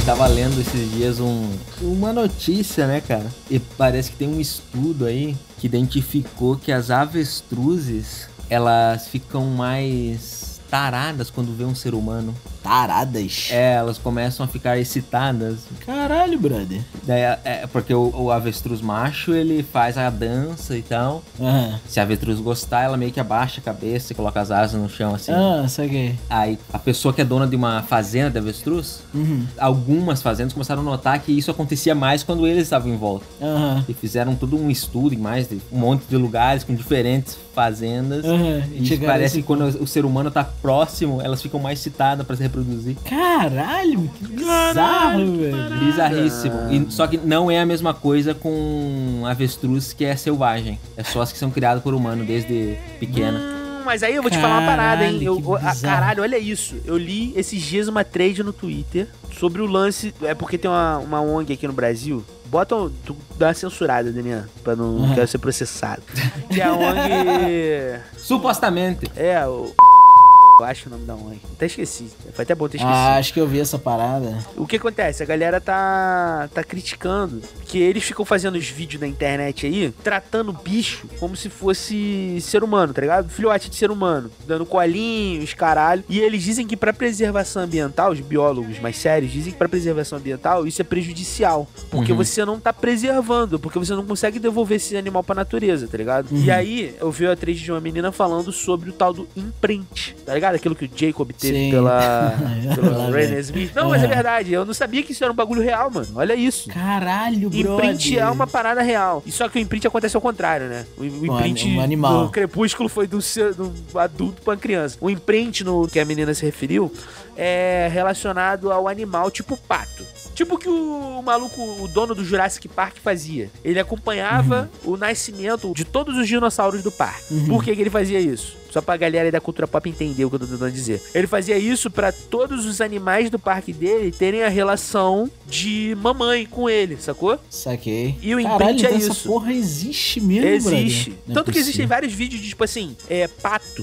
Tava lendo esses dias um, uma notícia, né, cara? E parece que tem um estudo aí que identificou que as avestruzes, elas ficam mais taradas quando vê um ser humano. Taradas. É, elas começam a ficar excitadas. É. Caralho, brother. Daí, é, porque o, o avestruz macho, ele faz a dança e tal. Aham. Se a avestruz gostar, ela meio que abaixa a cabeça e coloca as asas no chão, assim. Ah, saquei. Aí, a pessoa que é dona de uma fazenda de avestruz, Uhum. algumas fazendas começaram a notar que isso acontecia mais quando eles estavam em volta. Aham. E fizeram todo um estudo em mais de um monte de lugares com diferentes fazendas. Aham. E Ah, chegaram parece assim- que quando o ser humano tá próximo, elas ficam mais excitadas pra se reproduzir. assim, Caralho, que bizarro, velho. Bizarríssimo. E- só que não é a mesma coisa com avestruz que é selvagem. É só as que são criadas por humano desde pequena. Hum, Mas aí eu vou te falar uma parada, hein? Caralho, Eu, que eu- ah, bizarro. caralho, olha isso. Eu li esses dias uma trade no Twitter sobre o lance. É porque tem uma, uma ONG aqui no Brasil. Bota um, tu dá uma censurada, Damian, pra não Uhum. não quero ser processado. Que é a (laughs) ONG. Supostamente. É, o. Eu acho o nome da ONG. Até esqueci. Foi até bom ter esquecido. Ah, acho que eu vi essa parada. O que acontece? A galera tá, tá criticando que eles ficam fazendo os vídeos na internet aí, tratando bicho como se fosse ser humano, tá ligado? Filhote de ser humano, dando colinhos, caralho. E eles dizem que pra preservação ambiental, os biólogos mais sérios dizem que pra preservação ambiental isso é prejudicial, porque Uhum. você não tá preservando, porque você não consegue devolver esse animal pra natureza, tá ligado? Uhum. E aí, eu vi a trade de uma menina falando sobre o tal do imprint, tá ligado? Aquilo que o Jacob teve Sim. (laughs) pela Lá pelo vem. Uhum. Rainer Smith. Não, mas é Aham. verdade. Eu não sabia que isso era um bagulho real, mano. Olha isso. Caralho, brother. Imprint é uma parada real. E só que o imprint acontece ao contrário, né? O, o Um imprint ani- um animal. do crepúsculo foi do, ser- do adulto pra criança. O imprint no que a menina se referiu é relacionado ao animal tipo pato. Tipo o que o maluco, o dono do Jurassic Park fazia. Ele acompanhava o nascimento de todos os dinossauros do parque. Uhum. Por que, que ele fazia isso? Só pra galera aí da cultura pop entender o que eu tô tentando dizer. Ele fazia isso pra todos os animais do parque dele terem a relação de mamãe com ele, sacou? Saquei. E o Caralho, imprint é então essa isso. porra existe mesmo, Existe. brother. Não é Tanto que existem possível. vários vídeos de, tipo assim, é, pato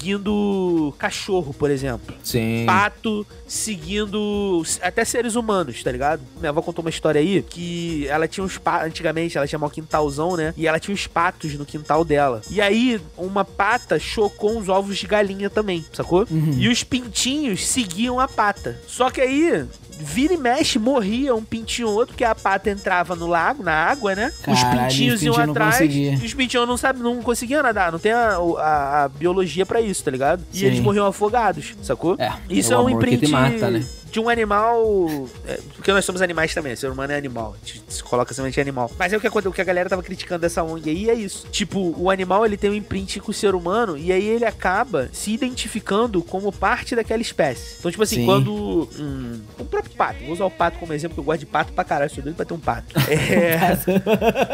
seguindo cachorro, por exemplo. Sim. pato seguindo s- até seres humanos, tá ligado? Minha avó contou uma história aí que ela tinha uns patos. Antigamente ela tinha um quintalzão, né? E ela tinha uns patos no quintal dela. E aí, uma pata chocou uns ovos de galinha também, sacou? Uhum. E os pintinhos seguiam a pata. Só que aí. Vira e mexe, morria um pintinho ou outro, que a pata entrava no lago, na água, né? os Caralho, pintinhos os iam pintinhos não atrás. conseguia. E os pintinhos não, sabe, não conseguiam nadar, não tem a, a- a biologia pra isso, tá ligado? E Sim. eles morriam afogados, sacou? É, Isso o é um amor que imprint te mata, né? de um animal. é, porque nós somos animais também, né? Ser humano é animal. A gente se coloca semente animal. Mas é o que aconteceu, o que a galera tava criticando dessa ONG aí é isso. Tipo, o animal ele tem um imprint com o ser humano e aí ele acaba se identificando como parte daquela espécie. Então, tipo assim, Sim. quando. hum, o próprio pato, vou usar o pato como exemplo, porque eu gosto de pato pra caralho, sou doido pra ter um pato. (laughs) É.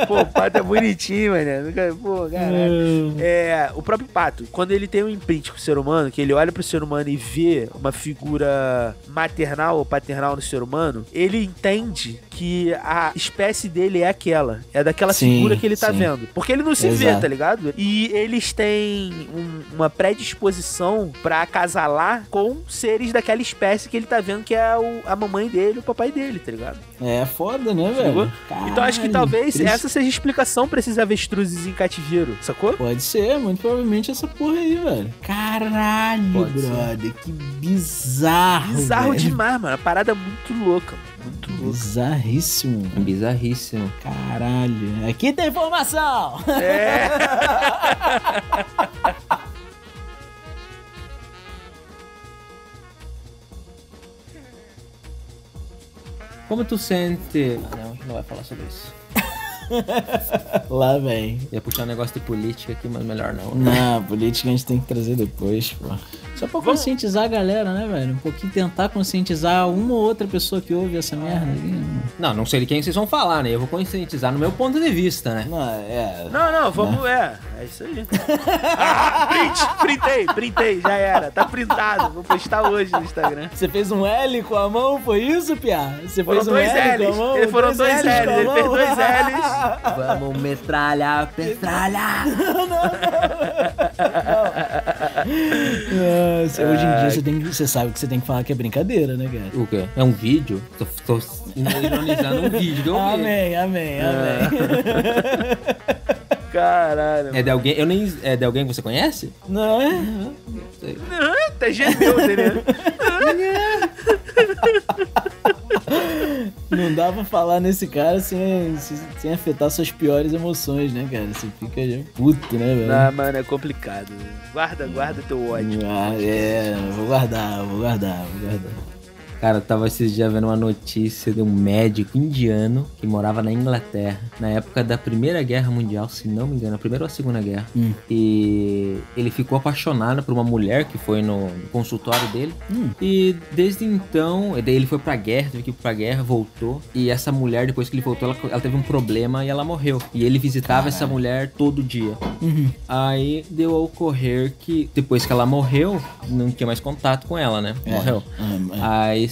Um pô, o pato é bonitinho, mano. Nunca- Pô, Hum, caralho. É, o próprio pato, quando ele tem um imprint com o ser humano, que ele olha pro ser humano e vê uma figura maternal ou paternal no ser humano, ele entende que a espécie dele é aquela, é daquela Sim, figura que ele tá sim. vendo. Porque ele não se vê, Exato. tá ligado? E eles têm um- uma predisposição pra acasalar com seres daquela espécie que ele tá vendo que é o- a mamãe dele, o papai dele, tá ligado? É foda, né, ligou? velho? então acho que Caralho, talvez triste. essa seja a explicação pra esses avestruzes em cativeiro, sacou? Pode ser, muito provavelmente essa porra aí, velho. Caralho, Pode ser. brother. Que bizarro. Bizarro velho. demais, mano. A parada é muito louca, mano. muito louca. Bizarríssimo. Bizarríssimo. Caralho. Aqui tem informação. (laughs) É. Como tu sente. Ah, Não, a gente não vai falar sobre isso. Lá, velho. Ia puxar um negócio de política aqui, mas melhor não. né? (laughs) Na política a gente tem que trazer depois, pô. Só pra conscientizar a galera, né, velho? Um pouquinho tentar conscientizar uma ou outra pessoa que ouve essa merda. aí. né? Não, não sei de quem vocês vão falar, né? Eu vou conscientizar no meu ponto de vista, né? Não, é. Não, não, vamos. É, é isso aí. (laughs) Ah, print, printei, printei, já era. Tá printado. Vou postar hoje no Instagram. Você fez um L com a mão, foi isso, Pia? Você Foram fez um dois L com L's. a mão? um Ele foram com a dois L's, ele fez mão. dois (laughs) (laughs) L's. Vamos metralhar, metralhar! Nossa, hoje em dia É, você, tem que- você sabe que você tem que falar que é brincadeira, né, cara? O quê? É um vídeo? Tô, tô ironizando um vídeo. que eu vi. Amém, amém, É. amém. (laughs) Caralho. É de alguém. Eu nem. É de alguém que você conhece? Não é? mano. Tá gemeu, entendeu? Não dá pra falar nesse cara sem, sem sem afetar suas piores emoções, né, cara? Você fica já puto, né, velho? Ah, mano, é complicado. Guarda, guarda teu ódio. Ah, é, vou guardar, vou guardar, vou guardar. Cara, eu tava esses dias vendo uma notícia de um médico indiano que morava na Inglaterra, na época da Primeira Guerra Mundial, se não me engano, a Primeira ou a Segunda Guerra. Hum. E ele ficou apaixonado por uma mulher que foi no consultório dele. E desde então, daí ele foi pra guerra, teve que ir pra guerra, voltou. E essa mulher, depois que ele voltou, ela, ela teve um problema e ela morreu. E ele visitava essa mulher todo dia. Aí deu a ocorrer que depois que ela morreu, não tinha mais contato com ela, É, né? Morreu. Ah, Aí,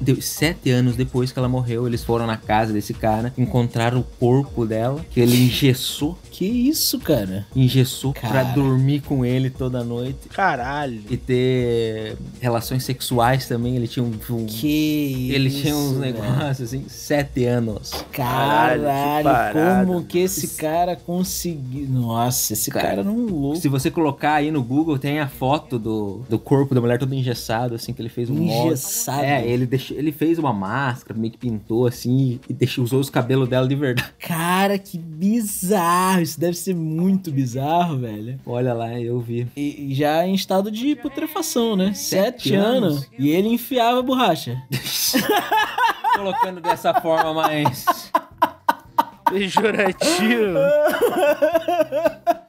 deu sete anos depois que ela morreu, eles foram na casa desse cara, encontraram o corpo dela, que ele engessou, é. que isso, cara? engessou pra Cara. dormir com ele toda noite. Caralho. E ter relações sexuais também, ele tinha um. um- Que ele isso, tinha uns velho. negócios assim, sete anos. Caralho, Caralho, que parada. como que esse cara conseguiu. Nossa, esse cara, Cara, era um louco. Se você colocar aí no Google, tem a foto do, do corpo da mulher todo engessado, assim, que ele fez um molde. Engessado. É, ele, deixou, ele fez uma máscara, meio que pintou assim, e deixou, usou os cabelos dela de verdade. (laughs) Cara, que bizarro. Isso deve ser muito bizarro, velho. Olha lá, eu vi. E e já em estado de putrefação, né? Sete, Sete anos. anos. E ele enfiava a borracha. (laughs) Colocando dessa forma mais. Pejorativo.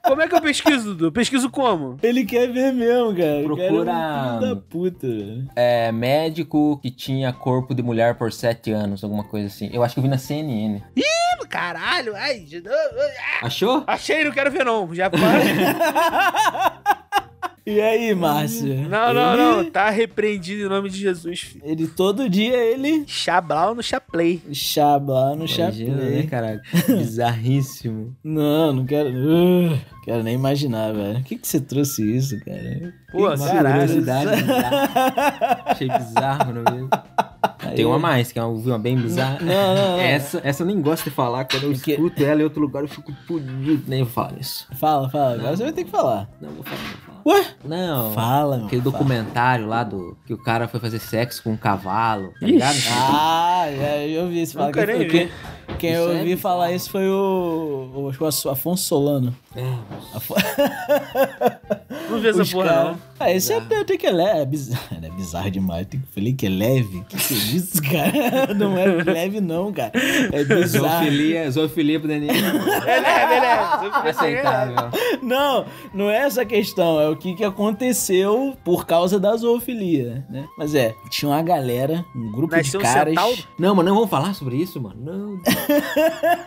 Como é que eu pesquiso, Dudu? Eu Pesquiso como? Ele quer ver mesmo, cara. O cara é um Procura- filho da puta, velho. É, médico que tinha corpo de mulher por sete anos, alguma coisa assim. Eu acho que eu vi na CNN. Caralho, ai, de novo. Achou? Achei, não quero ver não. Já para. E aí, Márcio? Não, não, Ele- não. Tá repreendido em nome de Jesus, filho. Ele todo dia ele Chablau no chaplay. chaba lá no Imagina, chapéu. né, cara? (laughs) Bizarríssimo. Não, não quero. Uh, quero nem imaginar, velho. Por que, que você trouxe isso, cara? Pô, Uma caralho. curiosidade bizarra. Achei bizarro, não é? Tem uma mais, que é uma, uma bem bizarra. Não, não, não. Essa, essa eu nem gosto de falar. Quando eu Porque- escuto ela em outro lugar, eu fico pudido. Nem vou falar isso. Fala, fala. Agora você vai ter que falar. Não, vou falar, vou falar. Ué? Não. Fala, meu. Aquele fala. documentário lá do que o cara foi fazer sexo com um cavalo, tá ligado? Ah, já eu ouvi isso. Fala. Nunca Quem, nem quem, quem eu Isso é ouvi bizarro. falar isso (laughs) foi o. o acho que o Afonso Solano. É, Afo- Não vê essa Os porra, cara- não. Ah, esse é Bizarro. até até que é leve. É bizarro, (laughs) é bizarro demais. Eu falei que é leve. Que que é isso, (laughs) cara? Não é leve, não, cara. É bizarro. Zoofilia, zoofilia (laughs) pro Daniel. É leve, é leve. Aceitável. Não, não é essa a questão, é o que, que aconteceu por causa da zoofilia, né? Mas é, tinha uma galera, um grupo Nasceu um de caras. centauro? Não, mas não vamos falar sobre isso, mano. Não. É,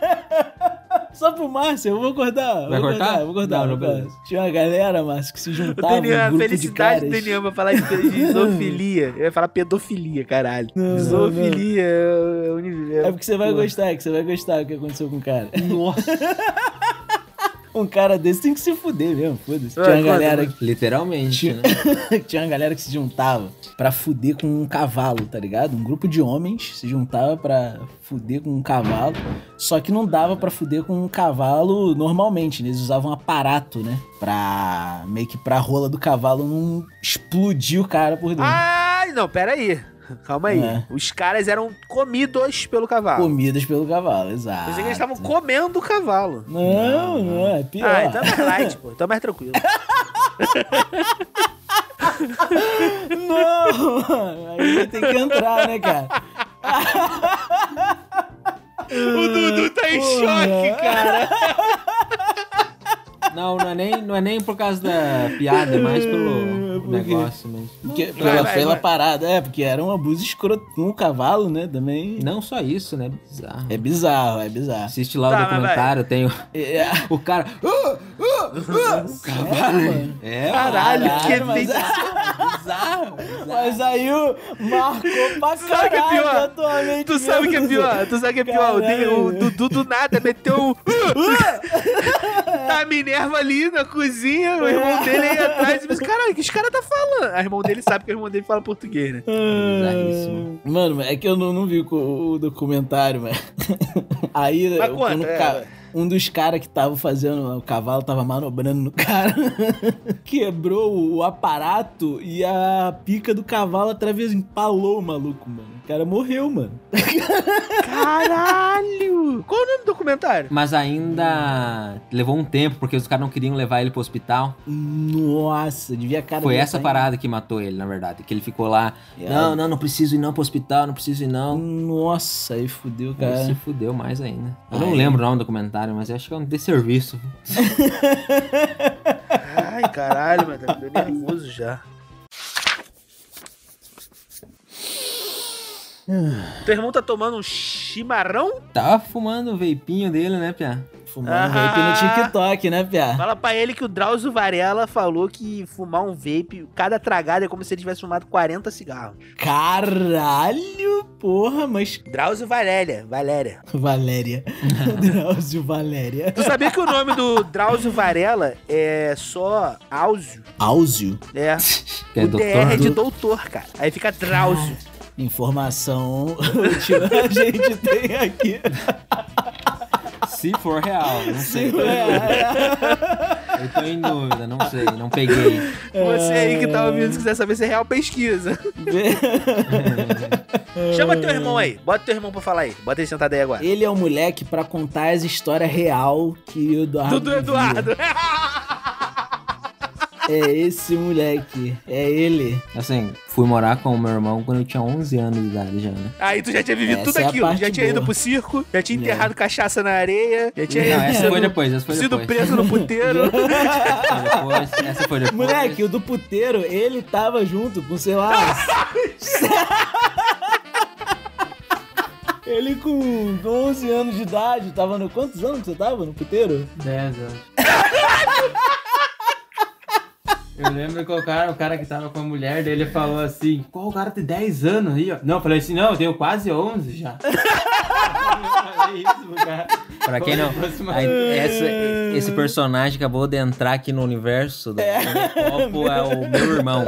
Só pro Márcio, eu vou cortar. Vai vou cortar? Vou cortar. Não, vou não, cortar. beleza. Tinha uma galera, Márcio, (laughs) que se O juntava. Daniel, um a grupo de felicidade caras. do Daniel vai (laughs) falar de, de zoofilia. Ele vai falar pedofilia, caralho. Não, zoofilia é o É universo. porque você vai gostar, é que você vai gostar o que aconteceu com o cara. Nossa. (laughs) Um cara desse tem que se fuder mesmo, foda-se. Vai, Tinha uma conta, galera vai. Literalmente, né? né? (laughs) tinha uma galera que se juntava pra fuder com um cavalo, tá ligado? Um grupo de homens se juntava pra fuder com um cavalo. Só que não dava pra fuder com um cavalo normalmente, né? Eles usavam um aparato, né? Pra meio que pra rola do cavalo não explodir o cara por dentro. Ah! Ai, não, pera aí. Calma aí. É. Os caras eram comidos pelo cavalo. Comidas pelo cavalo, exato. Pensei que eles estavam comendo o cavalo. Não, não, é pior. Ah, então é mais light, pô. Então é (laughs) mais tranquilo. Não! Aí tem que entrar, né, cara? o Dudu tá em Porra. cara. Não, não é, nem, não é nem por causa da piada, é mais É, pelo por quê? negócio mesmo. Porque, Vai, pela, vai, pela vai. parada, é, porque era um abuso escroto com o cavalo, né? Também. Não só isso, né? Bizarro. É bizarro, é bizarro. Assiste lá Tá, o mas documentário, tem o, É, (laughs) o cara. "Ah, ah, ah", o mano? cavalo. É, Caralho, Caralho, que mas- bizarro. bizarro. Mas aí o marcou pra Tu sabe o que é caralho pior? atualmente. Tu sabe o que é mesmo. pior? Tu sabe o que é pior? O Caralho, de- O velho. Dudu do nada meteu um. tá a Minerva ali na cozinha, o irmão dele aí atrás e diz: Caralho, o que os caras tá falando? Aí O irmão dele sabe que o irmão dele fala português, né? Bizarríssimo. Mano, é que eu não, não vi o, o documentário, mas. (laughs) Aí Mas eu- conta, quando o é, ca- vai. um dos caras que tava fazendo. O cavalo tava manobrando no cara. (laughs) quebrou o, o aparato e a pica do cavalo através empalou o maluco, mano. O cara morreu, mano. Caralho! Qual o nome do documentário? Mas ainda levou um tempo, porque os caras não queriam levar ele pro hospital. Nossa, devia cara. Foi dele essa tá- parada que matou ele, na verdade. Que ele ficou lá. É. Não, não, não preciso ir não pro hospital, não preciso ir não. Nossa, aí fudeu, Ele Hum, cara. se fudeu mais ainda. Eu não Ai. lembro o nome do documentário, mas eu acho que é um desserviço. Ai, caralho, mano, tá me dando nervoso já. Teu irmão tá tomando um chimarrão? Tava fumando o veipinho dele, né, Pia? Fumando vape no TikTok, né, Pia? Fala pra ele que o Drauzio Varela falou que fumar um vape, cada tragada é como se ele tivesse fumado 40 cigarros. Caralho, porra, mas. Drauzio Valéria, Valéria. Valéria. Drauzio Valéria. Tu sabia que o nome do Drauzio Varela é só Áuzio? Áuzio? É. Que é o DR é doutor. de doutor, cara. Aí fica Drauzio. Informação útil a gente tem aqui. Se for real, não sei. Sim, é. Eu tô em dúvida, não sei, não peguei. Você aí que tá ouvindo, se quiser saber se é real, pesquisa. Chama teu irmão aí. Bota teu irmão pra falar aí. Bota ele sentado aí (laughs) agora. Ele é o moleque pra contar as histórias real que o Eduardo. Dudu vivia. Eduardo. (laughs) É esse moleque. É ele. Assim, fui morar com o meu irmão quando eu tinha 11 anos de idade já, né? Aí tu já tinha vivido Essa tudo é a aquilo. parte já tinha ido boa. pro circo, já tinha enterrado cachaça na areia, já tinha É. Não, essa sido- foi depois, essa foi sido depois. preso no puteiro. (laughs) Essa foi depois, essa foi (laughs) depois. Moleque, o do puteiro, ele tava junto com, sei (laughs) lá. ele com 11 anos de idade, tava no. Quantos anos que você tava no puteiro? 10 anos. Eu lembro que o cara, o cara que tava com a mulher dele falou assim: Qual o cara tem 10 anos aí? ó?" Não, eu falei assim: Não, eu tenho quase 11 já. (laughs) Pra quem não. esse personagem acabou de entrar aqui no universo do Copo é o meu irmão.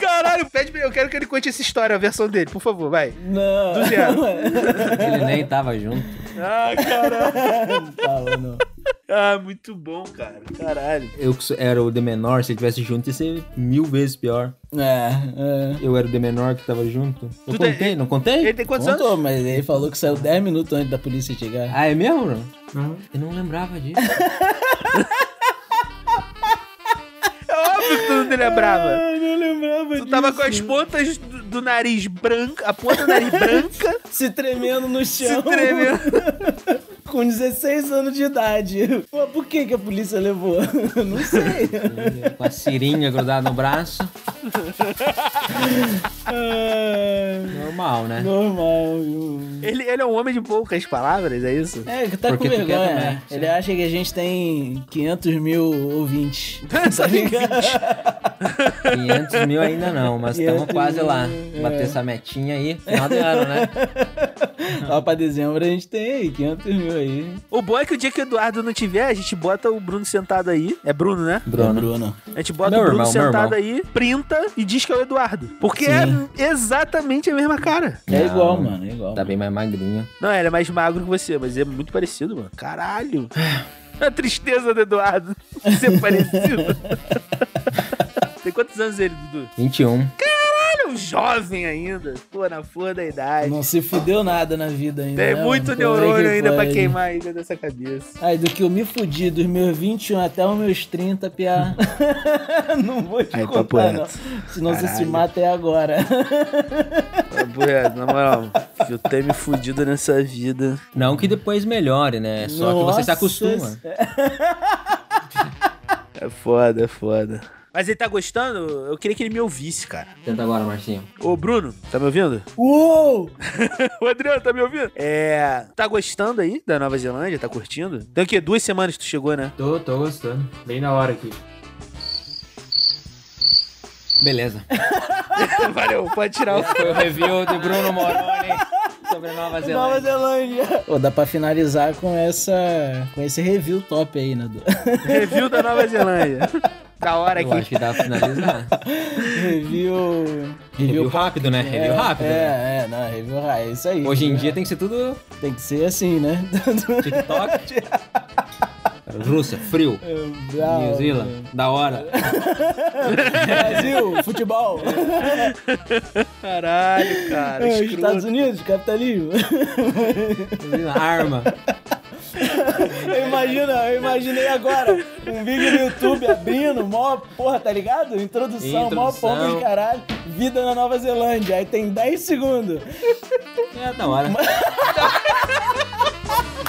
Caralho, pede pra eu quero que ele conte essa história, a versão dele, por favor, vai. Não. Do zero. Ele nem tava junto. Ah, caralho. (laughs) Não tava, não. Ah, muito bom, cara. Caralho. Eu que sou- era o de menor, se ele tivesse junto ia ser mil vezes pior. É, é. Eu era o de menor que tava junto. Eu Tudo é- contei, não contei? Ele tem quantos Contou, anos? mas ele falou que saiu 10 minutos antes da polícia chegar. Ah, é mesmo? Bruno? Eu não lembrava disso. É lembrava. Ai, não lembrava Tu tava com as disso. pontas do, do nariz branca, a ponta do nariz branca, Se tremendo no se chão. tremendo. (laughs) Com 16 anos de idade. Pô, por que que a polícia levou? (laughs) Não sei. Com a seringa grudada no braço. Ah, Normal, né? normal, viu? (laughs) Ele, ele é um homem de poucas palavras, é isso? É, que tá Porque com tu quer vergonha. também, né? sim. Ele acha que a gente tem 500 mil ouvintes. (laughs) Tá Só tem 20. 500 mil ainda não, mas estamos 500 quase lá. mil, Bater é. essa metinha aí, final de ano, né? Lá pra dezembro a gente tem aí 500 mil aí. O bom é que o dia que o Eduardo não tiver, a gente bota o Bruno sentado aí. É Bruno, né? É, Bruno. A gente bota Meu o Bruno irmão, meu sentado aí, printa e diz que é o Eduardo. Porque Sim. é exatamente a mesma cara. É Não, igual, mano. É igual. Tá bem mais magrinho. Não, ele é mais magro que você, mas é muito parecido, mano. Caralho. A tristeza do Eduardo (laughs) ser (laughs) parecido. Tem quantos anos ele, Dudu? 21. Ele é um jovem ainda. Pô, na flor da idade. Não se fudeu nada na vida ainda. Tem né, muito mano? Como é neurônio que ainda pra pode? queimar ainda dessa cabeça. Ai, do que eu me fudi dos meus 21 até os meus 30, piá. (laughs) não vou te Aí, papo contar, não. reto. Senão você se Caralho. mata é agora. Papo reto, Tá na moral, (laughs) eu tenho me fudido nessa vida. Não que depois melhore, né? Só que você se Nossa, acostuma. É foda, é foda. Mas ele tá gostando? Eu queria que ele me ouvisse, cara. é- Tenta agora, Marcinho. Ô, Bruno, tá me ouvindo? Uou! (laughs) O Adriano, tá me ouvindo? É. Tá gostando aí da Nova Zelândia? Tá curtindo? Tem o quê? Duas semanas que tu chegou, né? Tô, tô gostando. Bem na hora aqui. Beleza. (laughs) Valeu, pode tirar o. Esse foi o review do Bruno Moroni sobre Nova Nova Zelândia. Zelândia! Pô, dá pra finalizar com essa. com esse review top aí, né? Du? Review da Nova Zelândia. Da hora Eu acho aqui. que dá pra finalizar. (laughs) review. Review rápido, né? Review é, rápido. né? É, é, não, review rápido, é isso aí. Hoje em dia tem que ser tudo Tem que ser assim, (laughs) né? TikTok. Rússia, frio. É. Bravo. New Zealand, da hora. Brasil, futebol. Caralho, cara. É, escroto. Estados Unidos, capitalismo. New É. Zealand, Arma. Eu imagino, eu imaginei agora um vídeo no YouTube abrindo, mó porra, tá ligado? Introdução, mó Introdução. pombo de caralho, vida na Nova Zelândia. Aí tem 10 segundos. É da hora.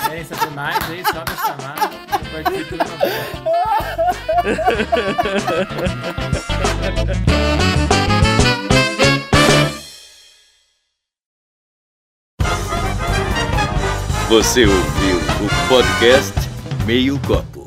Querem saber mais aí? Só me chamar. Participa da nossa. Você ouviu o podcast Meio Copo.